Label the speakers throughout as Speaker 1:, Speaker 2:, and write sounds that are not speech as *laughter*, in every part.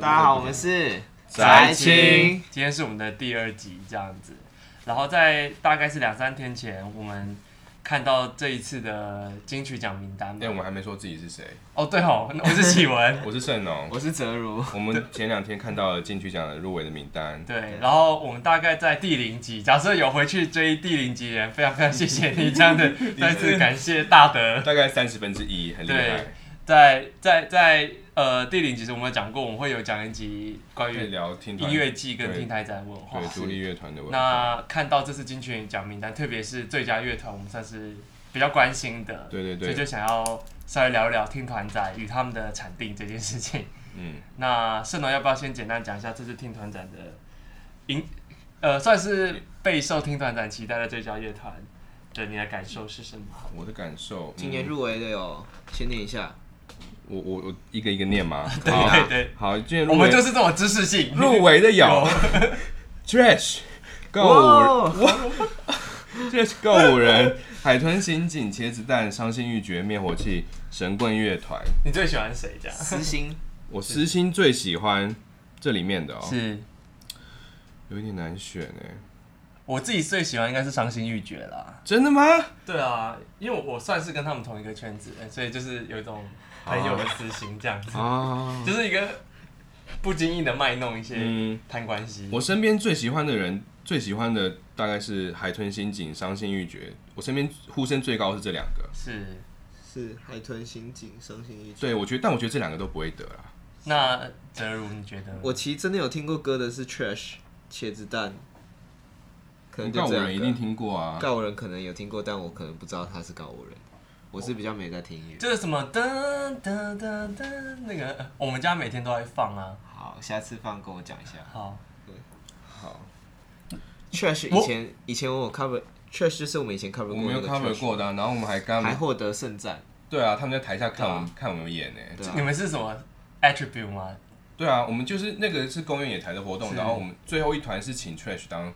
Speaker 1: 大家好，我们是
Speaker 2: 宅
Speaker 1: 青
Speaker 2: 青，今天是我们的第二集这样子。然后在大概是两三天前，我们看到这一次的金曲奖名单嘛。
Speaker 3: 哎、我们还没说自己是谁，。
Speaker 2: 哦，对哦，我是启文 *laughs*
Speaker 3: 我是盛农。
Speaker 1: 我是泽如，
Speaker 3: 我们前两天看到了金曲奖的入围的名单，
Speaker 2: 对，然后我们大概在第零集，假设有回去追第零集的人，非常非常谢谢你，这
Speaker 3: *laughs*
Speaker 2: 样的再次感谢大德。
Speaker 3: 大概三十分之一，很厉害。
Speaker 2: 在在在呃第零集时，我们有讲过，我们会有讲一集关
Speaker 3: 可以
Speaker 2: 于
Speaker 3: 聊听团
Speaker 2: 音乐季跟
Speaker 3: 对
Speaker 2: 听台展文化
Speaker 3: 对。独立乐团的文化，
Speaker 2: 那看到这次金曲奖名单，特别是最佳乐团，我们算是比较关心的，
Speaker 3: 对对
Speaker 2: 所以
Speaker 3: 对，
Speaker 2: 就想要稍微聊一聊听团仔与他们的产定这件事情。
Speaker 3: *laughs* 嗯，
Speaker 2: 那盛龙要不要先简单讲一下这次听团展的影，呃，算是备受听团展期待的最佳乐团，对你的感受是什么？
Speaker 3: 我的感受，
Speaker 1: *laughs* 今年
Speaker 3: 嗯
Speaker 1: 入围的有，先念一下，
Speaker 3: 我我我一个一个念嘛，
Speaker 2: *laughs*
Speaker 3: *laughs*
Speaker 2: 对
Speaker 3: 好
Speaker 2: 对对，
Speaker 3: 好，今年
Speaker 2: 我
Speaker 3: 入
Speaker 2: 们就
Speaker 3: 围
Speaker 2: 是这种知识性。
Speaker 3: 入围的有 *laughs* Trash 告
Speaker 1: 哇，
Speaker 3: 五 Trash 告五人， *laughs* 海豚刑警、茄子蛋、伤心欲绝、灭火器、神棍乐团。
Speaker 2: *laughs* 你最喜欢谁？这样
Speaker 1: 私心
Speaker 3: 我私心最喜欢这里面的哦，
Speaker 2: 是
Speaker 3: 有一点难选哎，
Speaker 2: 我自己最喜欢应该是伤心欲绝啦。
Speaker 3: 真的吗？
Speaker 2: 对啊，因为我我算是跟他们同一个圈子，呃所以就是有一种很有的私心这样子，
Speaker 1: 嗯
Speaker 3: 啊，
Speaker 2: 就是一个不经意的卖弄一些
Speaker 3: 嗯，
Speaker 2: 攀关系。
Speaker 3: 我身边最喜欢的人，最喜欢的大概是海豚刑警、伤心欲绝。我身边呼声最高是这两个，
Speaker 2: 是，
Speaker 1: 是海豚刑警伤心欲绝。
Speaker 3: 对我觉得，但我觉得这两个都不会得啦。
Speaker 2: 那哲如你觉得？
Speaker 1: 我其实真的有听过歌的是 Trash 茄子蛋，可能就
Speaker 3: 哦告五
Speaker 1: 这
Speaker 3: 人一定
Speaker 1: 样。
Speaker 3: 听过啊，
Speaker 1: 告五人可能有听过，但我可能不知道他是告五人。我是比较没在听
Speaker 3: 哦
Speaker 1: 音乐。
Speaker 2: 就是什么噔噔噔噔，那个呃我们家每天都在放啊。
Speaker 1: 好，下次放跟我讲一下。
Speaker 2: 好，
Speaker 3: 好，
Speaker 1: Trash 以前以前我有 cover Trash 就是我们以前 cover
Speaker 3: 哦我
Speaker 1: 过
Speaker 3: 们
Speaker 1: 那
Speaker 3: 有
Speaker 1: 个
Speaker 3: cover
Speaker 1: Trash，
Speaker 3: 过的啊、然后我们还跟他
Speaker 1: 还
Speaker 3: 们，
Speaker 1: 获得圣战。
Speaker 3: 对啊，他们在台下看我们、
Speaker 1: 对
Speaker 3: 看我们演呢、
Speaker 1: 对啊
Speaker 2: 你们是什么 attribute 吗？
Speaker 3: 对啊，我们就是那个是公园野台的活动，
Speaker 2: 是
Speaker 3: 然后我们最后一团是请 Trash 当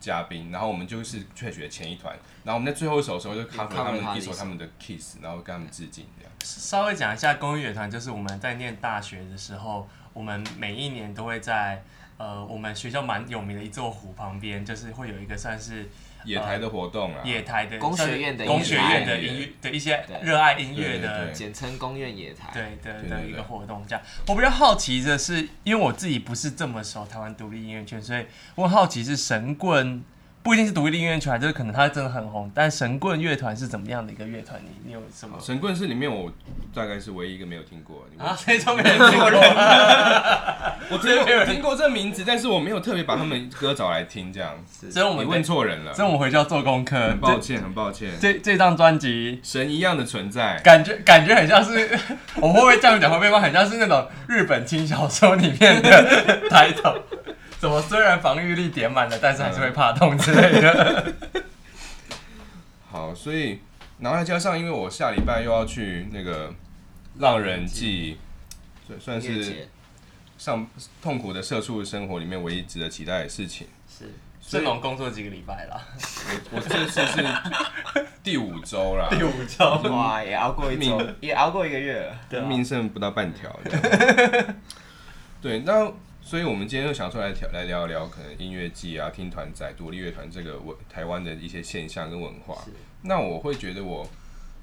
Speaker 3: 嘉宾，然后我们就是 Trash 的前一团，然后我们在最后一首的时候就 cover 他
Speaker 1: cover 他
Speaker 3: 们
Speaker 1: 的嗯
Speaker 3: 一
Speaker 1: 一首
Speaker 3: 首他们的 Kiss，然后跟他们致敬这样。
Speaker 2: 稍微讲一下公益乐团，就是我们在念大学的时候，我们每一年都会在呃我们学校蛮有名的一座湖旁边，就是会有一个算是
Speaker 3: 野台的活动啊，
Speaker 2: 野台的
Speaker 1: 工
Speaker 2: 算是
Speaker 1: 学院的
Speaker 2: 工
Speaker 1: 音
Speaker 2: 学
Speaker 1: 乐
Speaker 2: 院的
Speaker 3: 音
Speaker 2: 音
Speaker 3: 乐
Speaker 2: 乐的一些
Speaker 1: 对
Speaker 2: 热爱音乐的
Speaker 3: 对
Speaker 1: 简称公园野台。
Speaker 2: 对的
Speaker 3: 对
Speaker 2: 的
Speaker 3: 对
Speaker 2: 一个
Speaker 3: 对
Speaker 2: 活动，这样。我比较好奇的是，因为我自己不是这么熟台湾独立音乐圈，所以我很好奇是神棍不一定是独立音乐圈，就是可能他真的很红，但神棍乐团是怎么样的一个乐团？你你有什么？
Speaker 3: 神棍是里面我大概是唯一一个没有听过的
Speaker 2: *laughs* 啊，非常没有听过。
Speaker 3: 我听过我听过这名字，但是我没有特别把他们歌找来听，这样
Speaker 2: *laughs* 所以我
Speaker 3: 你
Speaker 2: 们
Speaker 3: 问
Speaker 2: 问，
Speaker 3: 错人了，
Speaker 2: 所以我们回家做功课
Speaker 3: 很。抱歉，很抱歉。
Speaker 2: 这这这张专辑。
Speaker 3: 神一样的存在，
Speaker 2: 感觉感觉很像是， *laughs* 我会不会这样讲会被骂？很像是那种日本轻小说里面 *laughs* 的抬头，怎么虽然防御力点满了，但是还是会怕痛之类的。 *laughs*
Speaker 3: 好，所以然后再加上，因为我下礼拜又要去那个浪人记，算算
Speaker 1: 音乐
Speaker 3: 是
Speaker 1: 节
Speaker 3: 上痛苦的社畜生活里面唯一值得期待的事情。
Speaker 1: 是
Speaker 3: 所
Speaker 2: 这
Speaker 3: 以
Speaker 2: 种工作几个礼拜啦，
Speaker 3: 我我这次是
Speaker 2: *laughs*
Speaker 3: 第五周啦，
Speaker 2: 第五周。
Speaker 1: *laughs* 哇，也熬过一周，也熬过一个月了。
Speaker 2: 对啊
Speaker 3: 命剩不到半条。这样
Speaker 2: *laughs*
Speaker 3: 对，那所以我们今天就想说来聊来聊一聊，可能音乐季啊、听团仔、独立乐团这个文台湾的一些现象跟文化
Speaker 1: 是。
Speaker 3: 那我会觉得我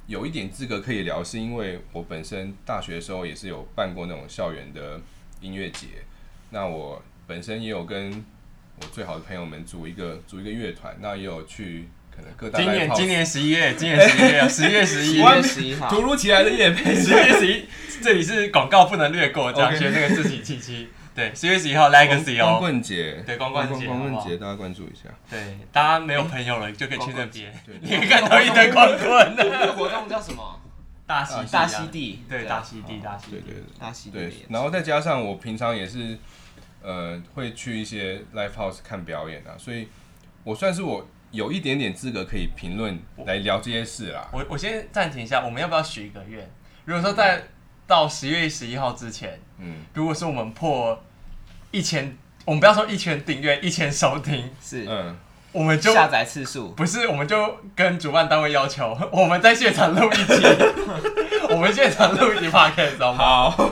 Speaker 3: 有一点资格可以聊，是因为我本身大学的时候也是有办过那种校园的音乐节。那我本身也有跟我最好的朋友们组一个组一个乐团，那也有去可能各大
Speaker 2: 今
Speaker 3: live
Speaker 2: 年
Speaker 3: house
Speaker 2: 今年十一月，今年十一 *laughs* 月，十月十
Speaker 1: 十一
Speaker 2: 一，
Speaker 1: 月十一号
Speaker 3: 突，如其来的夜配
Speaker 2: 十月十一，这里是广告不能略过，这样
Speaker 3: OK
Speaker 2: 学那个自己七七。对，十月十一号 Legacy
Speaker 3: 光
Speaker 2: 哦。
Speaker 3: 棍节，
Speaker 2: 对光棍节
Speaker 3: 光光
Speaker 2: 好
Speaker 3: 棍
Speaker 2: 不好
Speaker 3: 节，大家关注一下。
Speaker 2: 对，大家没有朋友了就可以去那边
Speaker 3: 对，
Speaker 2: 你会看到一堆光棍的。
Speaker 1: 那个活动叫什么？
Speaker 2: 大溪
Speaker 1: 大溪，地，
Speaker 2: 对大溪地，大溪
Speaker 3: 对
Speaker 2: 地
Speaker 3: 对。
Speaker 1: 大溪地
Speaker 3: 对
Speaker 1: 的演，出。
Speaker 3: 然后再加上我平常也是，呃，会去一些 live house 看表演啊，所以我算是我有一点点资格可以评论来聊这些事啦。
Speaker 2: 我我先暂停一下，我们要不要许一个愿？如果说在到十月十一号之前，
Speaker 3: 嗯，
Speaker 2: 如果说我们破一千，我们不要说一千订阅，一千收听，
Speaker 1: 是
Speaker 3: 嗯，
Speaker 2: 我们呃就
Speaker 1: 下载次数，
Speaker 2: 不是，我们就跟主办单位要求，我 *laughs* 们在现场录一集，我们现场录一集 podcast 好吗？
Speaker 3: 好，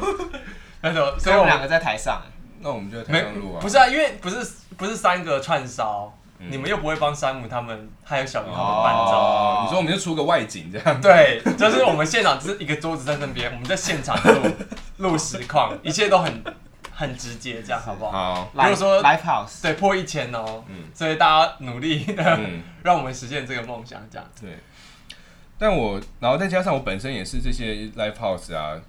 Speaker 2: 那种，
Speaker 1: 所
Speaker 2: 所
Speaker 1: 以
Speaker 2: 以
Speaker 1: 我
Speaker 2: 我
Speaker 1: 们两
Speaker 2: 们
Speaker 1: 个在台上，
Speaker 3: 那我们就在台
Speaker 2: 没
Speaker 3: 上录啊，嗯
Speaker 2: 不是啊，因为不是不是三个串烧，你们又不会帮山姆他们还有小明他们伴奏。
Speaker 3: 哦，你说我们就出个外景这样，
Speaker 2: *laughs* 对，就是我们现场只是一个桌子在那边，我们在现场录录实况，一切都很很直接，这样好不好？
Speaker 3: 好，
Speaker 2: 如果说
Speaker 1: Live House，
Speaker 2: 对，破一千哦，
Speaker 3: 嗯
Speaker 2: 所以大家努力的
Speaker 3: 嗯。
Speaker 2: *laughs* 让我们实现这个梦想，这样子。
Speaker 3: 对，但我然后再加上我本身也是这些 live house 啊，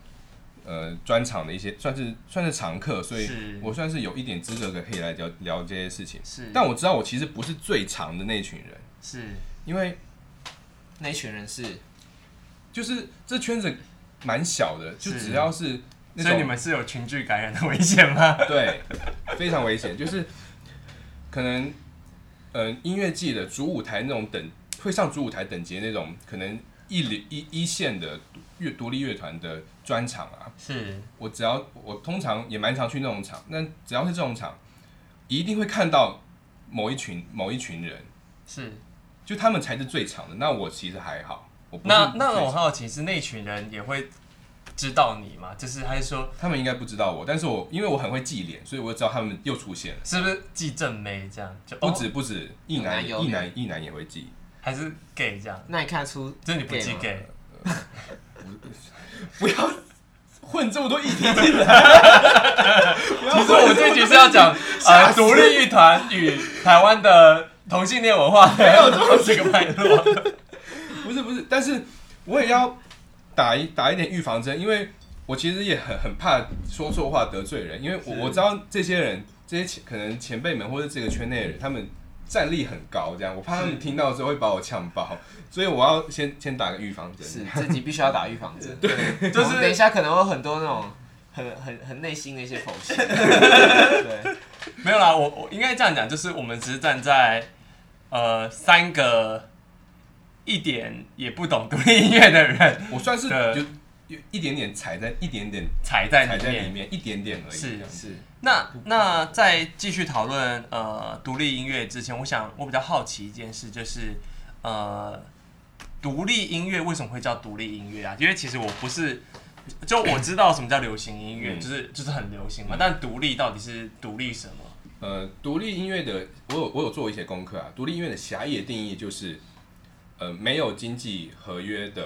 Speaker 3: 呃，专场的一些算是算是常客，所以
Speaker 2: 是
Speaker 3: 我算是有一点资格可以来聊聊这些事情。
Speaker 1: 是
Speaker 3: 但我知道我其实不是最长的那群人，
Speaker 1: 是
Speaker 3: 因为
Speaker 1: 那群人是
Speaker 3: 就是这圈子蛮小的，就是只要是那
Speaker 2: 所以
Speaker 3: 种
Speaker 2: 你们是有群聚感染的危险吗？
Speaker 3: *laughs* 对非常危险，就是可能嗯、呃音乐季的主舞台那种等会上主舞台等级的那种可能一流一一线的乐独立乐团的专场啊，
Speaker 2: 是
Speaker 3: 我只要我通常也蛮常去那种场，那只要是这种场，一定会看到某一群某一群人，
Speaker 2: 是。
Speaker 3: 就他们才是最长的。那我其实还好，我不是
Speaker 2: 那那
Speaker 3: 最
Speaker 2: 我
Speaker 3: 长
Speaker 2: 好奇是那群人也会知道你吗？就是还是说
Speaker 3: 他们应该不知道我，但是我因为我很会记脸，所以我就知道他们又出现了。
Speaker 2: 是不是记正妹这样？就
Speaker 3: 不
Speaker 2: 哦
Speaker 3: 止不止，一男
Speaker 1: 有男有
Speaker 3: 一
Speaker 1: 女
Speaker 3: 男一男也会记，
Speaker 2: 还是 gay 这样？
Speaker 1: 那你看得出
Speaker 2: 就是你不记
Speaker 1: 吗
Speaker 2: gay，
Speaker 3: 不要混这么多议题进来。
Speaker 2: *laughs* 其实我们这一集是要 *laughs* 讲呃独立乐团与台湾的同性恋文 *laughs* 化，没有这个脉络。
Speaker 3: 不是不是，但是我也要打一打一点预防针，因为我其实也很很怕说错话得罪人，因为
Speaker 2: 是
Speaker 3: 我我知道这些人，这些前可能前辈们或者这个圈内的人，他们战力很高，这样我怕他们听到之后会把我呛爆，所以我要先先打个预防针。
Speaker 1: 是自己必须要打预防
Speaker 2: *laughs*
Speaker 1: 针，对，
Speaker 2: 就是
Speaker 1: 我们等一下可能会有很多那种很很很内心的一些剖
Speaker 2: *laughs*
Speaker 1: 析，对，
Speaker 2: 没有啦，我我应该这样讲，就是我们只是站在呃三个一点也不懂独立音乐的人
Speaker 3: 我算是
Speaker 2: 对
Speaker 3: 就有一点点踩在一点点
Speaker 2: 踩在
Speaker 3: 踩
Speaker 2: 里
Speaker 3: 在里
Speaker 2: 面。
Speaker 3: 面一点点而已。
Speaker 2: 是
Speaker 3: 这样
Speaker 1: 是
Speaker 2: 那那在继续讨论呃独立音乐之前，我想我比较好奇一件事，就是呃独立音乐为什么会叫独立音乐啊？因为其实我不是，就我知道什么叫流行音乐，
Speaker 3: 嗯
Speaker 2: 就是就是很流行嘛，但独立到底是独立什么？
Speaker 3: 呃，独立音乐的，我有我有做一些功课啊。独立音乐的狭义的定义就是，呃，没有经济合约的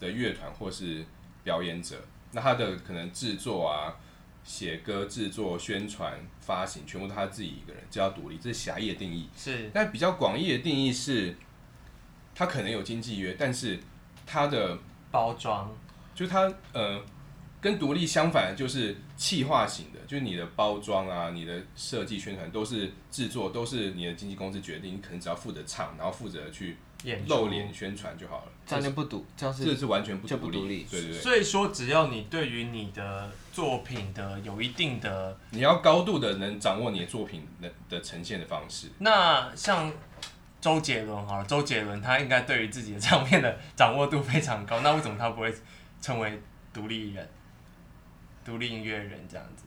Speaker 3: 的乐团或是表演者，那他的可能制作啊、写歌、制作、宣传、发行，全部都他自己一个人，这叫独立，这是狭义的定义。
Speaker 2: 是
Speaker 3: 但比较广义的定义是，他可能有经济约，但是他的
Speaker 2: 包装
Speaker 3: 就它呃，跟独立相反的就是气化型的，就是你的包装啊、你的设计、宣传都是制作，都是你的经纪公司决定，你可能只要负责唱，然后负责去
Speaker 2: 演出
Speaker 3: 露脸宣传就好了。
Speaker 1: 这样就不独，这样
Speaker 3: 这
Speaker 1: 是
Speaker 3: 是完全不
Speaker 1: 就不独立
Speaker 3: 对对对，
Speaker 2: 所以说，只要你对于你的作品的有一定的，
Speaker 3: 你要高度的能掌握你的作品的的呈现的方式。
Speaker 2: 那像周杰伦好了，周杰伦他应该对于自己的唱片的掌握度非常高，那为什么他不会成为独立艺人、独立音乐人这样子？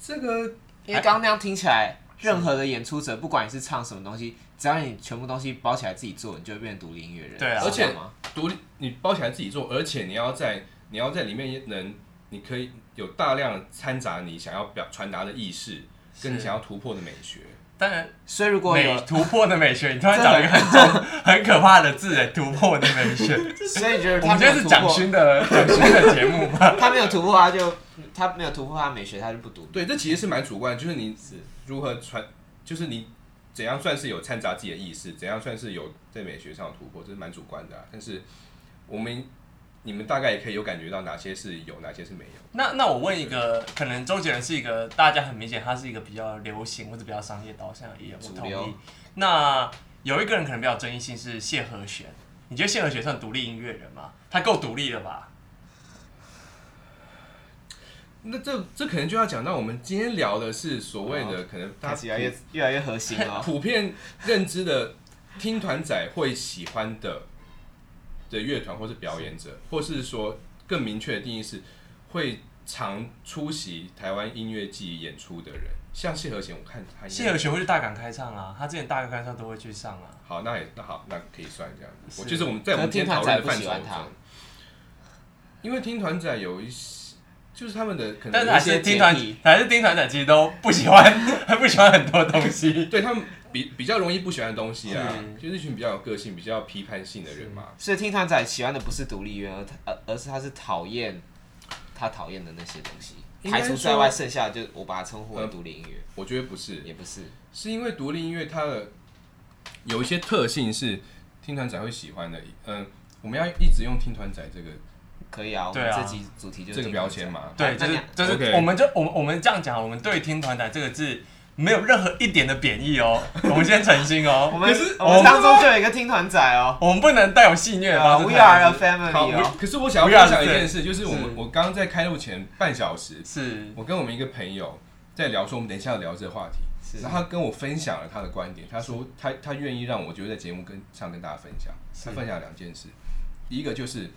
Speaker 3: 这个哎
Speaker 1: 因为刚刚那样听起来，任何的演出者，不管你是唱什么东西，只要你全部东西包起来自己做，你就会变成独立音乐人，
Speaker 2: 对啊
Speaker 1: 是这样吗
Speaker 3: 独立你包起来自己做，而且你要在你要在里面也能，你可以有大量掺杂你想要表传达的意识，跟你
Speaker 2: 是
Speaker 3: 想要突破的美学。
Speaker 2: 当然，
Speaker 1: 所以如果
Speaker 2: 美
Speaker 1: 有，
Speaker 2: 突破的美学，你突然讲了一个很重很可怕的字，哎，突破的
Speaker 1: *laughs*
Speaker 2: 美学。
Speaker 1: 所以你觉得
Speaker 2: 我们
Speaker 1: 他
Speaker 2: 今
Speaker 1: 没有
Speaker 2: 天是
Speaker 1: 突
Speaker 2: 蒋
Speaker 1: 破，
Speaker 2: 勋的蒋勋的节目吗？
Speaker 1: 他没有突破，他就他没有突破他美学，他就不独立，
Speaker 3: 对，这其实是蛮主观的，就是你如何传，就是你怎样算是有掺杂自己的意识，怎样算是有在美学上的突破，这是蛮主观的啊、但是我们你们大概也可以有感觉到哪些是有，哪些是没有。
Speaker 2: 那那我问一个，可能周杰伦是一个大家很明显，他是一个比较流行或者比较商业导向的艺人，我
Speaker 1: 主
Speaker 2: 同
Speaker 1: 流
Speaker 2: 意。那有一个人可能比较有争议性是谢和弦，你觉得谢和弦算独立音乐人吗？他够独立了吧？
Speaker 3: 那这这可能就要讲到我们今天聊的是所谓的可能大
Speaker 1: 开始越
Speaker 3: 家
Speaker 1: 来越越来越核心了。
Speaker 3: 啊普遍认知的听团仔会喜欢的的乐团或是表演者，或是说更明确的定义是会常出席台湾音乐季演出的人，像谢和弦，我看他应该
Speaker 2: 谢和弦会去大港开唱啊，他之前大港开唱都会去上啊。
Speaker 3: 好，那也那好，那可以算这样。
Speaker 2: 是
Speaker 3: 我就是我们在我们今天讨论的范
Speaker 1: 可是听
Speaker 3: 畴
Speaker 1: 团仔不喜欢
Speaker 3: 中，因为听团仔有一些就是他们的可能，
Speaker 2: 但是
Speaker 1: 有
Speaker 2: 还
Speaker 1: 一
Speaker 2: 是
Speaker 1: 些
Speaker 2: 听
Speaker 1: 洁
Speaker 2: 团
Speaker 1: 癖，
Speaker 2: 还是听团长其实都不喜欢， *laughs* 还不喜欢很多东西。
Speaker 3: 对他们比比较容易不喜欢的东西啊，
Speaker 1: 嗯
Speaker 3: 就是一群比较有个性、比较批判性的人嘛。
Speaker 1: 所以听团仔喜欢的不是独立乐，而他而而是他是讨厌他讨厌的那些东西，
Speaker 3: 应该
Speaker 1: 排
Speaker 3: 说
Speaker 1: 除在外，剩下的就是我把它称呼为
Speaker 3: 呃
Speaker 1: 独立音乐，
Speaker 3: 我觉得不
Speaker 2: 嗯
Speaker 3: 是，
Speaker 1: 也不是
Speaker 3: 是因为独立音乐它的有一些特性是听团仔会喜欢的。嗯、我们要一直用听团仔这个
Speaker 1: 可以啊。我
Speaker 2: 对
Speaker 1: 们
Speaker 2: 啊
Speaker 1: 这集主题就是
Speaker 3: 这个
Speaker 1: 听
Speaker 3: 标
Speaker 1: 团仔
Speaker 3: 签。嘛。
Speaker 2: 对，
Speaker 1: 那
Speaker 2: 就是
Speaker 1: 你
Speaker 2: 就是
Speaker 3: OK
Speaker 2: 我们就我们我们这样讲，我们对听团长这个字没有任何一点的贬义哦，我们先澄清
Speaker 1: 我
Speaker 2: 哦，
Speaker 1: 们
Speaker 3: 可是
Speaker 1: 我
Speaker 2: 我
Speaker 1: 们
Speaker 2: 们
Speaker 1: 当中就有一个听团仔哦
Speaker 2: 我们不能带有戏虐的
Speaker 1: 呃
Speaker 2: 方式
Speaker 1: ，We
Speaker 2: 看
Speaker 1: are a
Speaker 2: 待这个。
Speaker 3: 好，
Speaker 1: family
Speaker 3: 我
Speaker 1: 哦。
Speaker 3: 可是我想要
Speaker 2: 不要
Speaker 3: 分享一
Speaker 2: 这
Speaker 3: 件事，就是我们
Speaker 2: 是
Speaker 3: 我刚刚在开录前半小时，
Speaker 2: 是
Speaker 3: 我跟我们一个朋友在聊说，我们等一下要聊这个话题。
Speaker 1: 是
Speaker 3: 然后他跟我分享了他的观点，他说他他愿意让我就是在节目跟上跟大家分享。他分享了两件事，第一个就是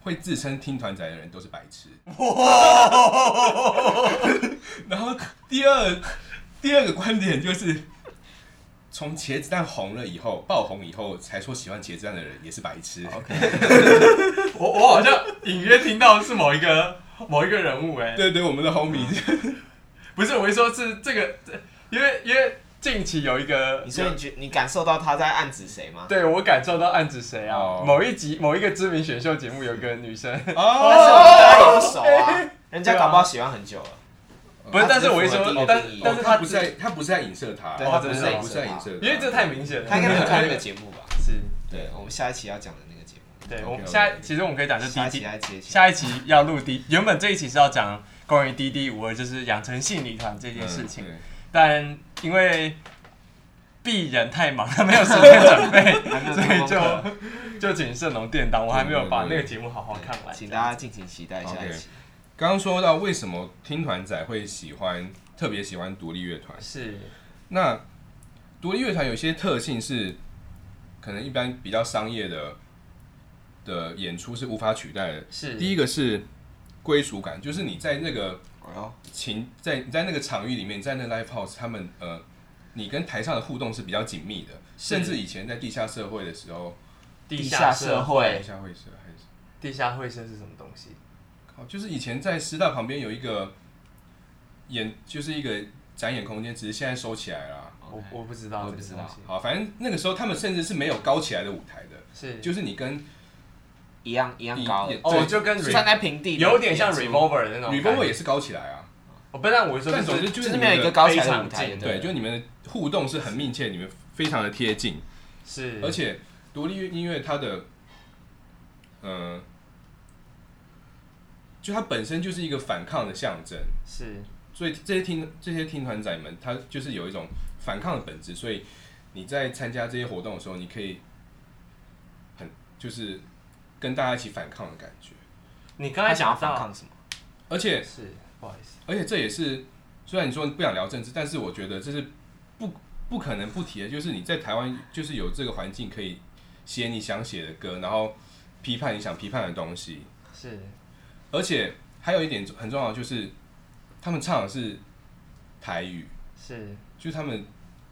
Speaker 3: 会自称听团仔的人都是白痴， *laughs* 然后第二第二个观点就是。从茄子蛋红了以后，爆红以后，才说喜欢茄子蛋的人也是白痴。
Speaker 2: 我我好像隐约听到是某一个某一个人物哎，
Speaker 3: 对对，我们的 homie
Speaker 2: 不是，我是说是这个，这因为因为近期有一个
Speaker 1: 你，说你觉你感受到他在暗指谁吗？
Speaker 2: 对我感受到暗指谁啊？
Speaker 3: 哦
Speaker 2: 某一集某一个知名选秀节目有一个女生，
Speaker 1: 但是我
Speaker 3: 哦，
Speaker 1: 们大家也不熟啊，人家搞不好喜欢很久了。
Speaker 2: 不是，
Speaker 1: 哦他
Speaker 2: 但
Speaker 1: 只
Speaker 2: 是
Speaker 1: 是
Speaker 2: 我一
Speaker 1: 符合第
Speaker 2: 说
Speaker 1: 一，
Speaker 2: 但
Speaker 1: 定哦义
Speaker 2: 哦但是
Speaker 3: 他
Speaker 2: 她
Speaker 3: 不是在，他不是在影射他，
Speaker 1: 对
Speaker 2: 他
Speaker 3: 真
Speaker 2: 不是
Speaker 3: 的
Speaker 2: 在
Speaker 3: 不是在影射他，嗯
Speaker 2: 因为这太明显了，
Speaker 1: 他应该没有看那个节目吧？
Speaker 2: 是，
Speaker 1: 对，我们下一期要讲的那个节目，
Speaker 2: 对
Speaker 3: OK，
Speaker 2: 我们
Speaker 3: OK
Speaker 2: 下一其实我们可以讲就是
Speaker 1: 下一
Speaker 2: 滴
Speaker 1: 期啊
Speaker 2: 滴，
Speaker 1: 来接起。
Speaker 2: 下一期要录滴，原本这一期是要讲关于滴滴五二，就是养成性女团这件事情，
Speaker 3: 嗯
Speaker 2: 但因为鄙人太忙，他没有时间准备，
Speaker 1: 还没有
Speaker 2: 所
Speaker 1: 做
Speaker 2: 以
Speaker 1: 功课
Speaker 2: 就 *laughs* 就请圣龙殿当，我还没有把那个节目好好看 *laughs* 完，
Speaker 1: 请大家敬请期待下一
Speaker 3: OK
Speaker 1: 期。
Speaker 3: 对刚刚说到为什么听团仔会喜欢，特别喜欢独立乐团。
Speaker 2: 是
Speaker 3: 那独立乐团有些特性是，可能一般比较商业的的演出是无法取代的。
Speaker 2: 是
Speaker 3: 第一个是归属感，就是你在那个
Speaker 1: 哦，
Speaker 3: 情在你在那个场域里面，你在那个 live house，他们呃，你跟台上的互动是比较紧密的，
Speaker 2: 是
Speaker 3: 甚至以前在地下社会的时候，
Speaker 2: 地
Speaker 1: 下
Speaker 2: 社
Speaker 1: 社
Speaker 2: 会，
Speaker 3: 地
Speaker 1: 会，
Speaker 3: 下会社还是
Speaker 2: 地下会社是什么东西？
Speaker 3: 靠，就是以前在师大旁边有一个演，就是一个展演空间，只是现在收起来了啊。
Speaker 2: 我
Speaker 1: OK
Speaker 2: 我不知道，
Speaker 1: 我也不知道
Speaker 3: 好，反正那个时候他们甚至是没有高起来的舞台的，
Speaker 2: 是
Speaker 3: 就是你跟
Speaker 1: 一样一样高的
Speaker 3: 一，
Speaker 2: 哦，就跟
Speaker 1: 是
Speaker 2: re-
Speaker 1: 站在平地的演出，
Speaker 2: 有点像 remover 的那种感
Speaker 3: r
Speaker 2: 觉，
Speaker 3: e v o v e 也是高起来啊。
Speaker 2: 哦，不但我是说
Speaker 3: 但
Speaker 2: 就
Speaker 3: 总
Speaker 2: 是
Speaker 3: 之
Speaker 1: 就
Speaker 3: 就是
Speaker 1: 是
Speaker 3: 你
Speaker 1: 没有
Speaker 3: 们
Speaker 1: 一
Speaker 3: 的
Speaker 1: 个高起来
Speaker 2: 非
Speaker 1: 的
Speaker 2: 常
Speaker 1: 舞台，
Speaker 2: 近
Speaker 1: 对
Speaker 3: 对，就你们的互动是很密切，你们非常的贴近。
Speaker 2: 是，
Speaker 3: 而且独立音乐它的，呃，就它本身就是一个反抗的象征，
Speaker 2: 是
Speaker 3: 所以这些听这些听团仔们，他就是有一种反抗的本质，所以你在参加这些活动的时候，你可以很就是跟大家一起反抗的感觉，
Speaker 2: 你刚
Speaker 1: 他
Speaker 2: 才
Speaker 1: 想要
Speaker 2: 讲
Speaker 1: 反
Speaker 2: 到
Speaker 1: 抗什么？
Speaker 3: 而且
Speaker 2: 是不好意思，
Speaker 3: 而且这也是虽然你说不想聊政治，但是我觉得这是不不可能不提的，就是你在台湾就是有这个环境可以写你想写的歌，然后批判你想批判的东西，
Speaker 2: 是
Speaker 3: 而且还有一点很重要的就是他们唱的是台语，
Speaker 2: 是，
Speaker 3: 就是他们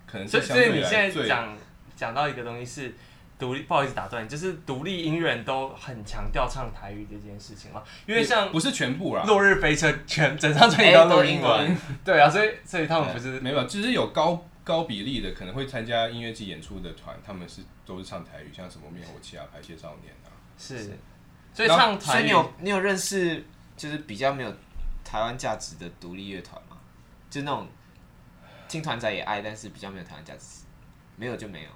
Speaker 3: 可能
Speaker 2: 所
Speaker 3: 是
Speaker 2: 以
Speaker 3: 相
Speaker 2: 所以
Speaker 3: 对
Speaker 2: 你
Speaker 3: 来
Speaker 2: 现在
Speaker 3: 最
Speaker 2: 讲讲到一个东西是。独立，不好意思打断你，就是独立音乐人都很强调唱台语这件事情嘛，因为像
Speaker 3: 不是全部啦，
Speaker 2: 《落日飞车》全整张专辑都录英
Speaker 1: 哎都英
Speaker 2: 文，对啊，所以所以他们不是
Speaker 3: 哎没有，就是有高高比例的可能会参加音乐季演出的团，他们是都是唱台语，像什么灭火器啊、排泄少年啊，
Speaker 2: 是，所以唱
Speaker 1: 所以
Speaker 2: 团
Speaker 1: 你
Speaker 2: 语
Speaker 1: 有你有认识就是比较没有台湾价值的独立乐团吗？就那种听团仔也爱，但是比较没有台湾价值，没有就没有。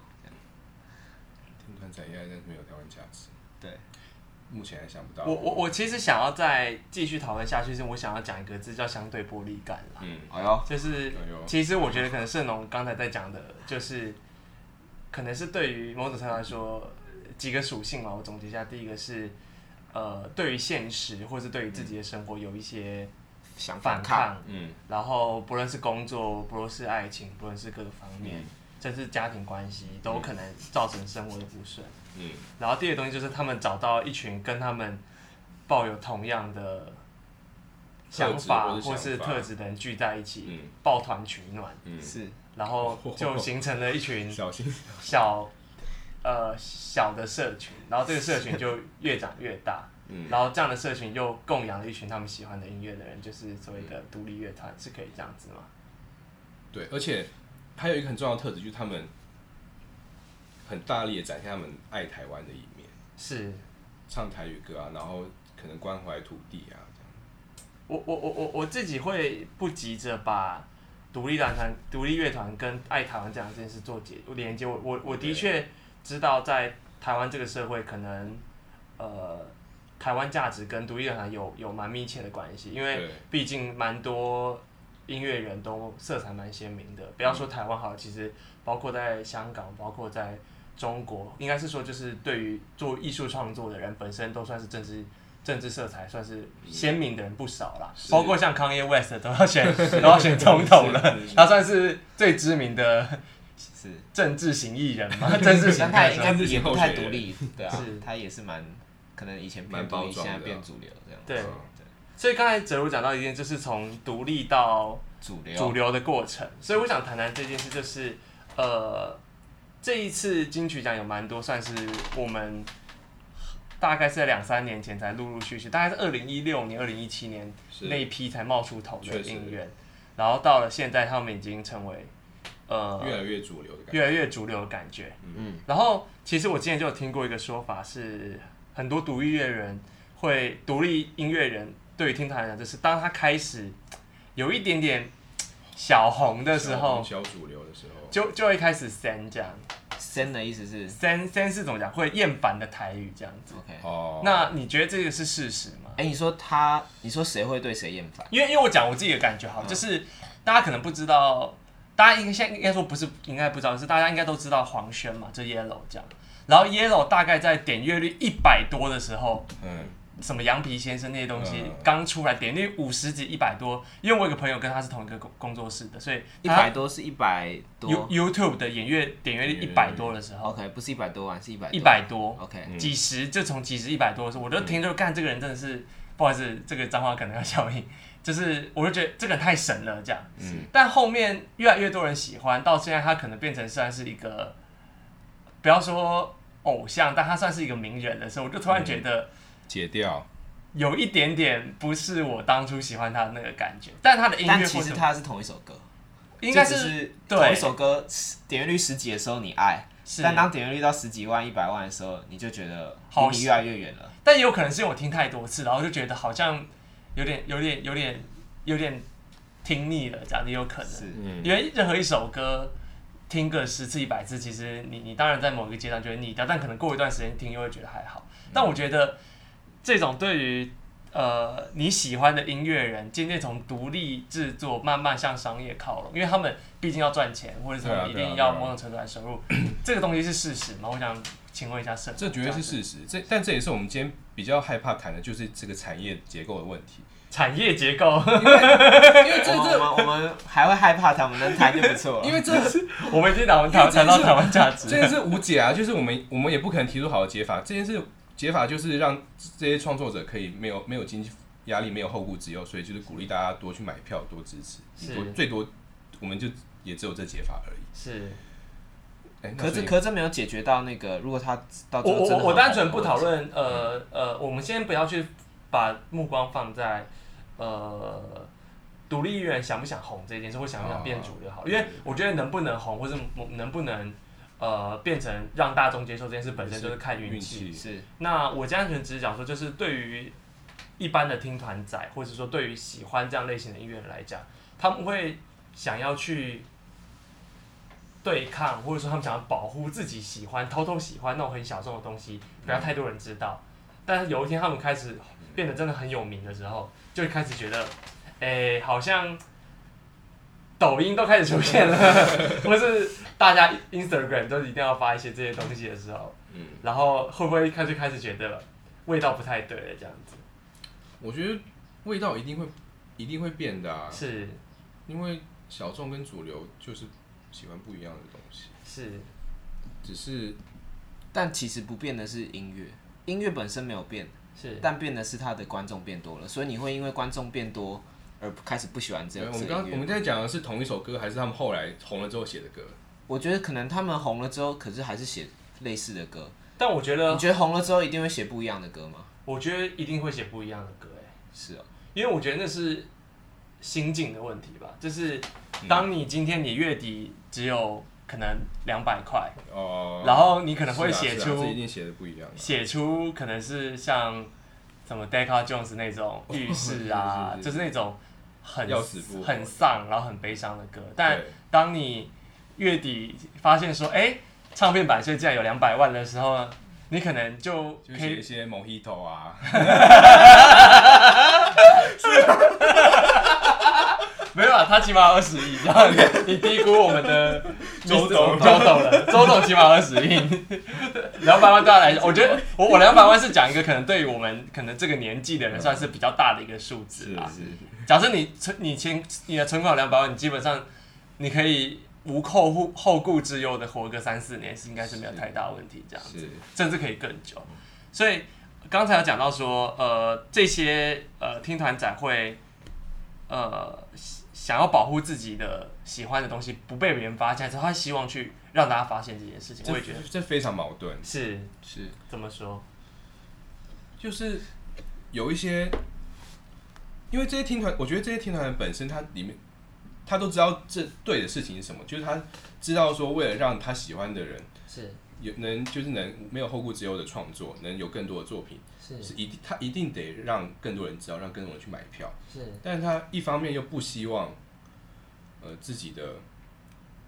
Speaker 3: 听团仔 AI 但是没有台湾价值，
Speaker 1: 对，
Speaker 3: 目前还想不到。
Speaker 2: 我我我其实想要再继续讨论下去，是我想要讲一个字叫相对玻璃感啦，
Speaker 3: 嗯，
Speaker 1: 哎呦，
Speaker 2: 就是
Speaker 3: 哎呦
Speaker 2: 其实我觉得可能盛龙刚才在讲的，就是可能是对于某种程度来说几个属性嘛，我总结一下，第一个是呃对于现实或是对于自己的生活有一些
Speaker 1: 想
Speaker 2: 反
Speaker 1: 抗，
Speaker 2: 抗，
Speaker 3: 嗯，
Speaker 2: 然后不论是工作，不论是爱情，不论是各个方
Speaker 3: 嗯
Speaker 2: 面，甚至家庭关系，都可能造成生活的不顺。
Speaker 3: 嗯，
Speaker 2: 然后第二个东西就是他们找到一群跟他们抱有同样的想法
Speaker 3: 特质
Speaker 2: 或
Speaker 3: 或
Speaker 2: 是
Speaker 3: 是想法
Speaker 2: 特质的人聚在一起，
Speaker 3: 嗯
Speaker 2: 抱团取暖，
Speaker 3: 嗯
Speaker 1: 是
Speaker 2: 然后就形成了一群
Speaker 3: 小心，
Speaker 2: 小呃小的社群，然后这个社群就越长越大，
Speaker 3: 嗯
Speaker 2: 然后这样的社群又供养了一群他们喜欢的音乐的人，就是所谓的独立乐团，是可以这样子吗？
Speaker 3: 对，而且还有一个很重要的特质，就是他们很大力的展现他们爱台湾的一面，
Speaker 2: 是
Speaker 3: 唱台语歌啊，然后可能关怀土地啊，这样
Speaker 2: 我我我我我自己会不急着把独立乐团、独立乐团跟爱台湾这两件事做结连接。我我我的
Speaker 3: 对
Speaker 2: 确知道，在台湾这个社会，可能呃，台湾价值跟独立乐团有有蛮密切的关系，因为
Speaker 3: 对
Speaker 2: 毕竟蛮多音乐人都色彩蛮鲜明的。不要说台湾好了，其实包括在香港，包括在中国，应该是说就是对于做艺术创作的人本身都算是政治政治色彩算是鲜明的人不少啦，
Speaker 3: 是
Speaker 2: 包括像康耶 West 都要选都要选总统了
Speaker 3: 是，
Speaker 2: *laughs* 他算是最知名的
Speaker 1: 是，
Speaker 2: 政治型艺人
Speaker 3: *laughs*
Speaker 2: 嘛，政治型
Speaker 1: 但他也应
Speaker 2: 歌手
Speaker 1: 该
Speaker 3: 自己
Speaker 1: 也不
Speaker 3: 候
Speaker 1: 太
Speaker 3: 选
Speaker 1: 独
Speaker 3: 人
Speaker 1: 立，对啊
Speaker 2: 是，
Speaker 1: 他也是蛮可能以前
Speaker 3: 蛮
Speaker 1: 偏独
Speaker 3: 包
Speaker 1: 立，
Speaker 3: 装
Speaker 1: 现在
Speaker 3: 的
Speaker 1: 变
Speaker 3: 啊
Speaker 1: 主流这样，
Speaker 2: 对
Speaker 3: 嗯
Speaker 2: 所以刚才哲如讲到一件，就是从独立到
Speaker 1: 主流
Speaker 2: 主流的过程。所以我想谈谈这件事，就是呃，这一次金曲奖有蛮多算是我们大概是在两三年前才陆陆续续，大概是二零一六年、二零一七年
Speaker 3: 是
Speaker 2: 那一批才冒出头的
Speaker 3: 确实
Speaker 2: 音乐，然后到了现在，他们已经成为呃
Speaker 3: 越来越主流的感觉。
Speaker 2: 越来越主流的感觉。
Speaker 1: 嗯，
Speaker 2: 然后其实我之前就有听过一个说法是，很多独立乐人会独立音乐人对于听团来讲，就是当他开始有一点点小红的时候，
Speaker 3: 小主流的时候，
Speaker 2: 就就会开始三这样，
Speaker 1: 深的意思是
Speaker 2: 三三是怎么讲？会厌烦的台语这样子。
Speaker 1: OK。
Speaker 3: 哦，
Speaker 2: 那你觉得这个是事实吗？
Speaker 1: 哎、你说他，你说谁会对谁厌烦？
Speaker 2: 因为因为我讲我自己的感觉
Speaker 3: 哦
Speaker 2: 好了，就是大家可能不知道，大家应该现在应该说不是应该不知道，是大家应该都知道黄轩嘛，就 Yellow 这样。然后 Yellow 大概在点阅率一百多的时候，
Speaker 3: 嗯，
Speaker 2: 什么羊皮先生那些东西
Speaker 3: 嗯
Speaker 2: 刚出来，点率五十几、一百多。因为我有个朋友跟他是同一个工工作室的，所以
Speaker 1: 一
Speaker 2: 他
Speaker 1: 百多是一百
Speaker 2: You
Speaker 1: 多
Speaker 2: YouTube 的点阅点阅率一百多的时候，
Speaker 1: ，OK，不是一百多万，是一百
Speaker 2: 一百多，
Speaker 1: OK，
Speaker 3: 嗯
Speaker 2: 几十就从几十一百多的时候，我就听着干这个人真的是不好意思，这个脏话可能要消音，就是我就觉得这个人太神了这样。
Speaker 3: 嗯
Speaker 2: 但后面越来越多人喜欢，到现在他可能变成算是一个，不要说偶像，但他算是一个名人的时候，我就突然觉得
Speaker 3: 解掉，
Speaker 2: 有一点点不是我当初喜欢他的那个感觉。但他的音乐
Speaker 1: 但
Speaker 2: 或
Speaker 1: 其
Speaker 2: 什
Speaker 1: 实
Speaker 2: 么
Speaker 1: 它是同一首歌，
Speaker 2: 应该
Speaker 1: 就只
Speaker 2: 是
Speaker 1: 是
Speaker 2: 对
Speaker 1: 同一首歌点阅率十几的时候你爱，
Speaker 2: 是
Speaker 1: 但当点阅率到十几万、一百万的时候，你就觉得
Speaker 2: 好
Speaker 1: 离你越来越远了。
Speaker 2: 但也有可能是因为我听太多次，然后就觉得好像有点、有点、有点、有点听腻了，这样也有可能。
Speaker 1: 是，
Speaker 3: 嗯，
Speaker 2: 因为任何一首歌听个十次、一百次，其实你你当然在某一个阶段觉得腻掉，但可能过一段时间听又会觉得还好。
Speaker 3: 嗯
Speaker 2: 但我觉得这种对于呃你喜欢的音乐人，渐渐从独立制作慢慢向商业靠拢，因为他们毕竟要赚钱，或者是
Speaker 3: 对啊
Speaker 2: 他们一
Speaker 3: 对啊
Speaker 2: 定
Speaker 3: 对啊
Speaker 2: 要某种程度来收入，这个东西是事实吗？我想请问一下盛，
Speaker 3: 这绝对是事实。这但这也是我们今天比较害怕谈的，就是这个产业结构的问
Speaker 2: *laughs*
Speaker 3: 题。
Speaker 2: 产业结构。 *laughs*
Speaker 3: 因为这
Speaker 1: 我们
Speaker 3: 这，
Speaker 1: 我们我们还会害怕他们能谈就不错了。
Speaker 3: 因为这
Speaker 2: 我们已经谈谈谈到台湾价值
Speaker 3: 这，件事无解啊，就是我们我们也不可能提出好的解法。这件事解法就是让这些创作者可以没有没有经济压力，没有后顾之忧，所以就是鼓励大家多去买票，多支持，
Speaker 2: 是
Speaker 3: 多最多我们就也只有这解法而已。
Speaker 2: 是
Speaker 3: 哎，那
Speaker 1: 可
Speaker 3: 所
Speaker 1: 是
Speaker 3: 以
Speaker 1: 可是这没有解决到那个，如果他到
Speaker 2: 我
Speaker 1: 最后
Speaker 2: 我
Speaker 1: 真的
Speaker 2: 我
Speaker 1: 很
Speaker 2: 我
Speaker 1: 红
Speaker 2: 单纯不讨，论呃呃，我们先不要去把目光放在呃独立艺人想不想红这件事，或想不想
Speaker 1: 哦
Speaker 2: 变主流好了，因为我觉得能不能红，或是能不能呃变成让大众接受这件事，本身就是看运气。
Speaker 1: 是
Speaker 2: 那我单纯只是讲说，就是对于一般的听团仔，或者说对于喜欢这样类型的音乐人来讲，他们会想要去对抗，或者说他们想要保护自己喜欢、偷偷喜欢那种很小众的东西，不要太多人知道。但是有一天他们开始变得真的很有名的时候，就会开始觉得，诶、好像抖音都开始出现了， *laughs* 或是大家 Instagram 都一定要发一些这些东西的时候，
Speaker 3: 嗯，
Speaker 2: 然后会不会一开始开始觉得味道不太对了这样子？
Speaker 3: 我觉得味道一定会一定会变的、啊，
Speaker 2: 是
Speaker 3: 因为小众跟主流就是喜欢不一样的东西，
Speaker 2: 是
Speaker 3: 只是
Speaker 1: 但其实不变的是音乐，音乐本身没有变，
Speaker 2: 是，
Speaker 1: 但变的是他的观众变多了，所以你会因为观众变多而开始不喜欢这个。
Speaker 3: 对我们
Speaker 1: 这个
Speaker 3: 刚
Speaker 1: 音乐
Speaker 3: 我们在讲的是同一首歌，还是他们后来红了之后写的歌？
Speaker 1: 我觉得可能他们红了之后，可是还是写类似的歌。
Speaker 2: 但我觉得
Speaker 3: 啊
Speaker 1: 你觉得红了之后一定会写不一样的歌吗？
Speaker 2: 我觉得一定会写不一样的歌哎，
Speaker 1: 是哦，
Speaker 2: 因为我觉得那是心境的问题吧，就是
Speaker 3: 嗯
Speaker 2: 当你今天你月底只有可能两百块，
Speaker 3: 哦，
Speaker 2: 然后你可能
Speaker 3: 是啊
Speaker 2: 会写
Speaker 3: 是啊
Speaker 2: 出
Speaker 3: 这一定写的不一样啊。
Speaker 2: 写出可能是像什么 Decca Jones 那种浴室啊，
Speaker 3: *laughs* 是是是
Speaker 2: 就是那种很
Speaker 3: 要死不活
Speaker 2: 很丧，然后很悲伤的歌。但
Speaker 3: 对
Speaker 2: 当你月底发现说，哎、唱片版税竟然有两百万的时候呢，你可能就
Speaker 3: 就
Speaker 2: 可
Speaker 3: 写一
Speaker 2: 以
Speaker 3: 些 Mojito
Speaker 2: *laughs*
Speaker 3: 啊，
Speaker 2: 没有啊，他起码二十亿这样子，你低估我们
Speaker 3: *laughs*
Speaker 2: 的
Speaker 3: 周董
Speaker 2: 周董了，周董起码二十亿，两百万对他来说，我觉得我我两百万是讲一个可能对于我们可能这个年纪的人算是比较大的一个数字啊。
Speaker 3: 是
Speaker 2: 假设你存你钱你的存款两百万，你基本上你可以无后顾后顾之忧的活个三四年，是应该是没有太大问题这样，
Speaker 3: 是，
Speaker 2: 甚至可以更久。所以刚才有讲到说，呃，这些呃听团仔会呃想想要保护自己的喜欢的东西不被别人发现，所以他希望去让大家发现这件事情。我也觉得
Speaker 3: 这这非常矛盾，
Speaker 2: 是
Speaker 1: 是
Speaker 2: 怎么说？
Speaker 3: 就是有一些，因为这些听团，我觉得这些听团本身它里面，他都知道这对的事情是什么，就是他知道说为了让他喜欢的人
Speaker 2: 是
Speaker 3: 有能就是能没有后顾之忧的创作，能有更多的作品，
Speaker 2: 是
Speaker 3: 是一定他一定得让更多人知道，让更多人去买票。
Speaker 2: 是
Speaker 3: 但是他一方面又不希望，呃，自己的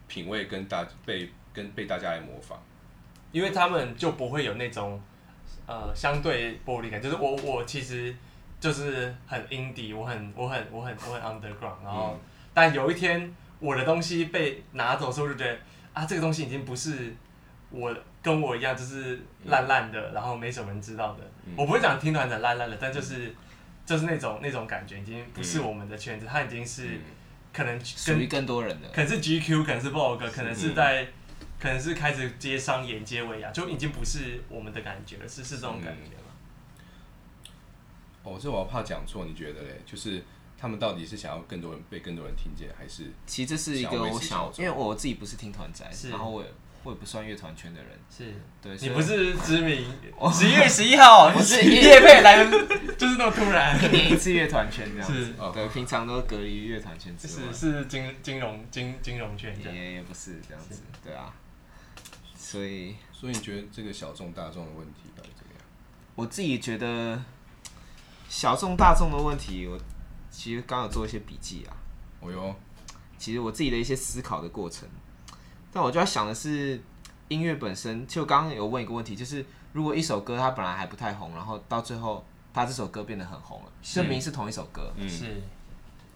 Speaker 3: 品味跟大被跟被大家来模仿，
Speaker 2: 因为他们就不会有那种呃相对玻璃感，就是我我其实就是很 indie，我很我很我很我很 underground，然后、但有一天我的东西被拿走的时候，我就觉得啊，这个东西已经不是我跟我一样就是烂烂的，然后没什么人知道的。我不会讲听团仔烂烂的，但就是。就是那种那种感觉，已经不是我们的圈子，它已经是
Speaker 3: 嗯
Speaker 2: 可能
Speaker 1: 属
Speaker 2: 跟
Speaker 1: 于更多人的
Speaker 2: 可能是 GQ，可能是 Vogue，可能是在，可能是开始接商演、接尾牙，就已经不是我们的感觉了，是是这种感觉吗？
Speaker 3: 哦，这我怕讲错，你觉得嘞？就是他们到底是想要更多人被更多人听见，还是
Speaker 1: 其实这是一
Speaker 3: 想
Speaker 1: 个
Speaker 3: 要维
Speaker 1: 我
Speaker 3: 持
Speaker 1: 想
Speaker 3: 小，众
Speaker 1: 因为我自己不是听团仔，
Speaker 2: 是
Speaker 1: 然后我也我也不算乐团圈的人，
Speaker 2: 是，
Speaker 1: 对，所
Speaker 2: 你
Speaker 1: 以
Speaker 2: 不是知名
Speaker 1: 我，
Speaker 2: 十一月十一号，
Speaker 1: 我是
Speaker 2: 叶佩来的， *laughs* 就是那么突
Speaker 1: *laughs*
Speaker 2: 然，
Speaker 1: 一年一次乐团圈这样
Speaker 2: 是
Speaker 1: 子，
Speaker 3: 哦
Speaker 1: 对，平常都隔离于乐团圈之外
Speaker 2: 是，嗯是金金融金金融圈这样，
Speaker 1: 也也不是这样子，对啊，所以
Speaker 3: 所以你觉得这个小众大众的问题到底怎么样？
Speaker 1: 我自己觉得小众大众的问题，我其实刚有做一些笔记啊，
Speaker 3: 哦哟，
Speaker 1: 其实我自己的一些思考的过程，但我就要想的是音乐本身，就刚刚有问一个问题，就是如果一首歌它本来还不太红，然后到最后它这首歌变得很红了，证明是同一首歌，
Speaker 3: 嗯
Speaker 2: 是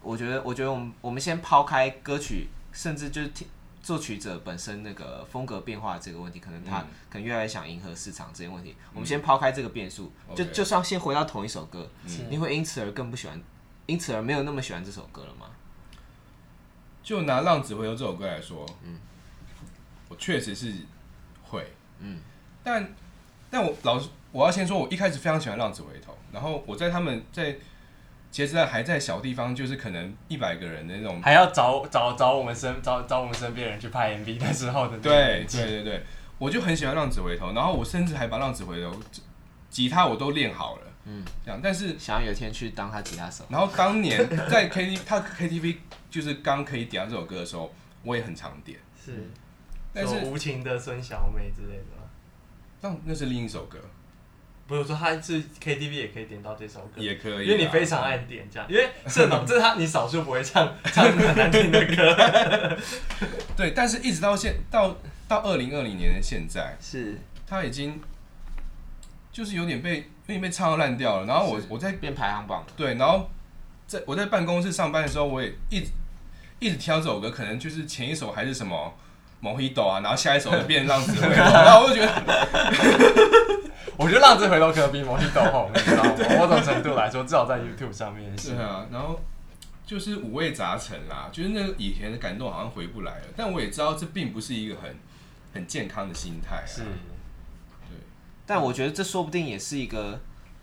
Speaker 1: 我觉得，我觉得我们我们先抛开歌曲，甚至就是听作曲者本身那个风格变化这个问题，可能他、可能越来越想迎合市场这些问题，我们先抛开这个变数，就
Speaker 3: OK
Speaker 1: 就算先回到同一首歌，
Speaker 2: 是
Speaker 1: 你会因此而更不喜欢，因此而没有那么喜欢这首歌了吗？
Speaker 3: 就拿《浪子回头》这首歌来说，嗯，我确实是会，
Speaker 1: 嗯，
Speaker 3: 但但我老实，我要先说，我一开始非常喜欢《浪子回头》，然后我在他们在截止在还在小地方，就是可能一百个人的那种
Speaker 2: 还要找找找我们身找找我们身边人去拍 MV 那时候的那个
Speaker 3: 对
Speaker 2: 年纪
Speaker 3: 对对对，我就很喜欢《浪子回头》，然后我甚至还把《浪子回头》吉他我都练好了，嗯，这样。但是，
Speaker 1: 想要有一天去当他吉他手，
Speaker 3: 然后当年 *laughs* 在 K T 他 K T V 就是刚可以点到这首歌的时候，我也很常点，
Speaker 2: 是，
Speaker 3: 但
Speaker 2: 什么
Speaker 3: 是
Speaker 2: 无情的孙小妹之类的吗。
Speaker 3: 那那是另一首歌，
Speaker 2: 不是我说他是 KTV 也可以点到这首歌，
Speaker 3: 也可以啊嗯啦
Speaker 2: 因为你非常爱点这样，因为这种这是他你少数不会唱唱很难听的歌，
Speaker 3: 对，但是一直到现到到二零二零年的现在，
Speaker 1: 是
Speaker 3: 他已经就是有点被有点被唱到烂掉了。然后我
Speaker 1: 是
Speaker 3: 我在
Speaker 1: 变排行榜了，
Speaker 3: 对，然后在我在办公室上班的时候，我也一直一直挑这首歌，可能就是前一首还是什么《某一斗》啊，然后下一首就变《浪子回
Speaker 2: *laughs*
Speaker 3: 头》，然后我就觉
Speaker 2: 啊
Speaker 3: 得
Speaker 2: *laughs* 我觉得《浪子回头》可能比《魔力斗红》，你
Speaker 3: *laughs*
Speaker 2: 知道吗？某种程度来说，至少在 YouTube 上面是
Speaker 3: 是。啊，然后就是五味杂陈啦，就是那个以前的感动好像回不来了。但我也知道这并不是一个很很健康的心态、啊，
Speaker 2: 是
Speaker 1: 但我觉得这说不定也是一个。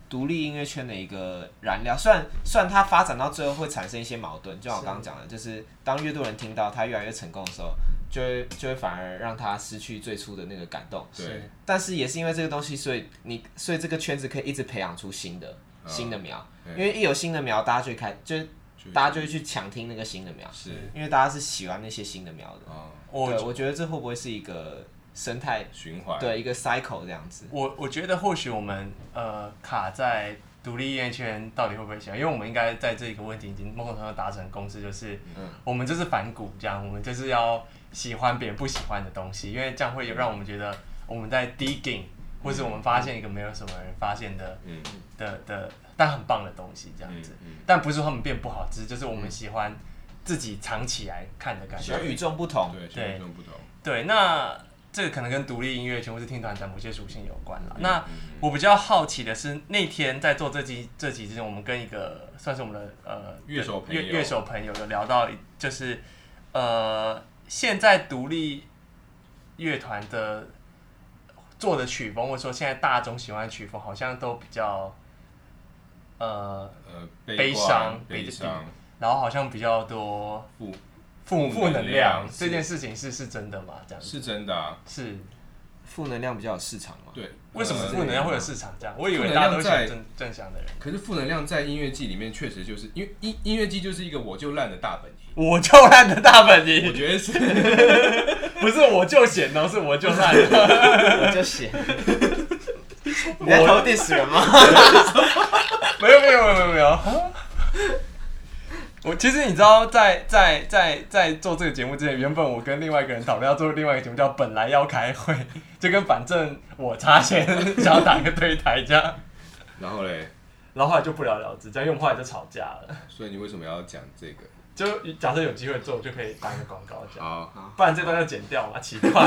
Speaker 1: 独立音乐圈的一个燃料，虽然虽然它发展到最后会产生一些矛盾，就像我刚刚讲的，就是当越多人听到它越来越成功的时候，就会就会反而让他失去最初的那个感动。
Speaker 3: 对，
Speaker 1: 但是也是因为这个东西，所以你所以这个圈子可以一直培养出新的
Speaker 3: 嗯
Speaker 1: 新的苗，
Speaker 3: 对
Speaker 1: 因为一有新的苗，大家就会开，就是
Speaker 3: 就
Speaker 1: 大家就会去抢听那个新的苗，
Speaker 3: 是
Speaker 1: 因为大家是喜欢那些新的苗的。
Speaker 3: 啊，
Speaker 2: 我
Speaker 1: 对，我觉得这会不会是一个生态？
Speaker 3: 循环
Speaker 1: 对，一个 cycle 这样子。
Speaker 2: 我我觉得或许我们呃卡在独立业圈到底会不会想，因为我们应该在这个问题已经某种程度达成共识，就是、
Speaker 3: 嗯
Speaker 2: 我们就是反骨这样，我们就是要喜欢别人不喜欢的东西，因为这样会让我们觉得我们在 digging，或是我们发现一个没有什么人发现的
Speaker 3: 嗯
Speaker 2: 的的但很棒的东西这样子，
Speaker 3: 嗯
Speaker 2: 但不是说他们变不好，只是就是我们喜欢自己藏起来看的感觉
Speaker 1: 喜。欢与众不
Speaker 2: 哦
Speaker 1: 同，
Speaker 3: 对，现在不同，
Speaker 2: 对，那这个可能跟独立音乐圈或是听团展某些属性有关了。那
Speaker 3: 嗯嗯
Speaker 2: 我比较好奇的是，那天在做这集这集之前，我们跟一个算是我们的呃
Speaker 3: 乐手朋友
Speaker 2: 乐乐手朋友有聊到，就是呃现在独立乐团的做的曲风，或者说现在大众喜欢的曲风，好像都比较呃，
Speaker 3: 呃，
Speaker 2: 悲伤
Speaker 3: 观悲
Speaker 2: 悲
Speaker 3: 伤，
Speaker 2: 然后好像比较多
Speaker 3: 负
Speaker 2: 负
Speaker 3: 负
Speaker 2: 负
Speaker 3: 能
Speaker 2: 能量
Speaker 3: 量是
Speaker 2: 这件事情是是真的吗？这样
Speaker 3: 是真的啊，
Speaker 2: 是
Speaker 1: 负能量比较有市场嘛。
Speaker 3: 对，
Speaker 2: 为什么
Speaker 3: 呃
Speaker 2: 负能量会有市场这样？我以
Speaker 3: 负
Speaker 2: 为
Speaker 3: 能
Speaker 2: 大家
Speaker 3: 量
Speaker 2: 都喜
Speaker 3: 在
Speaker 2: 欢正正向的人。
Speaker 3: 可是负能量在音乐季里面确实就是因为音音乐季就是一个我就烂的大本营，
Speaker 2: 我就烂的大本
Speaker 3: 我
Speaker 2: *laughs* 营，
Speaker 3: 觉得是
Speaker 2: 不是我就闲哦，是我就烂的。 *laughs*
Speaker 1: 我就写。你在投 diss 人吗？
Speaker 2: 没有没有没有没有没有。 *laughs* 我其实你知道在，在在在做这个节目之前，原本我跟另外一个人讨论要做另外一个节目，叫“本来要开会”， *laughs* 就跟反正我插线想要打一个对台这样，
Speaker 3: 然后嘞，
Speaker 2: *laughs* 然后后来就不了了之，这样因为我们后来就吵架了。
Speaker 3: 所以你为什么要讲这个？
Speaker 2: 就假设有机会做，我就可以打一个广告这样，
Speaker 3: 好，
Speaker 2: 不然这段要剪掉嘛，奇怪， *laughs*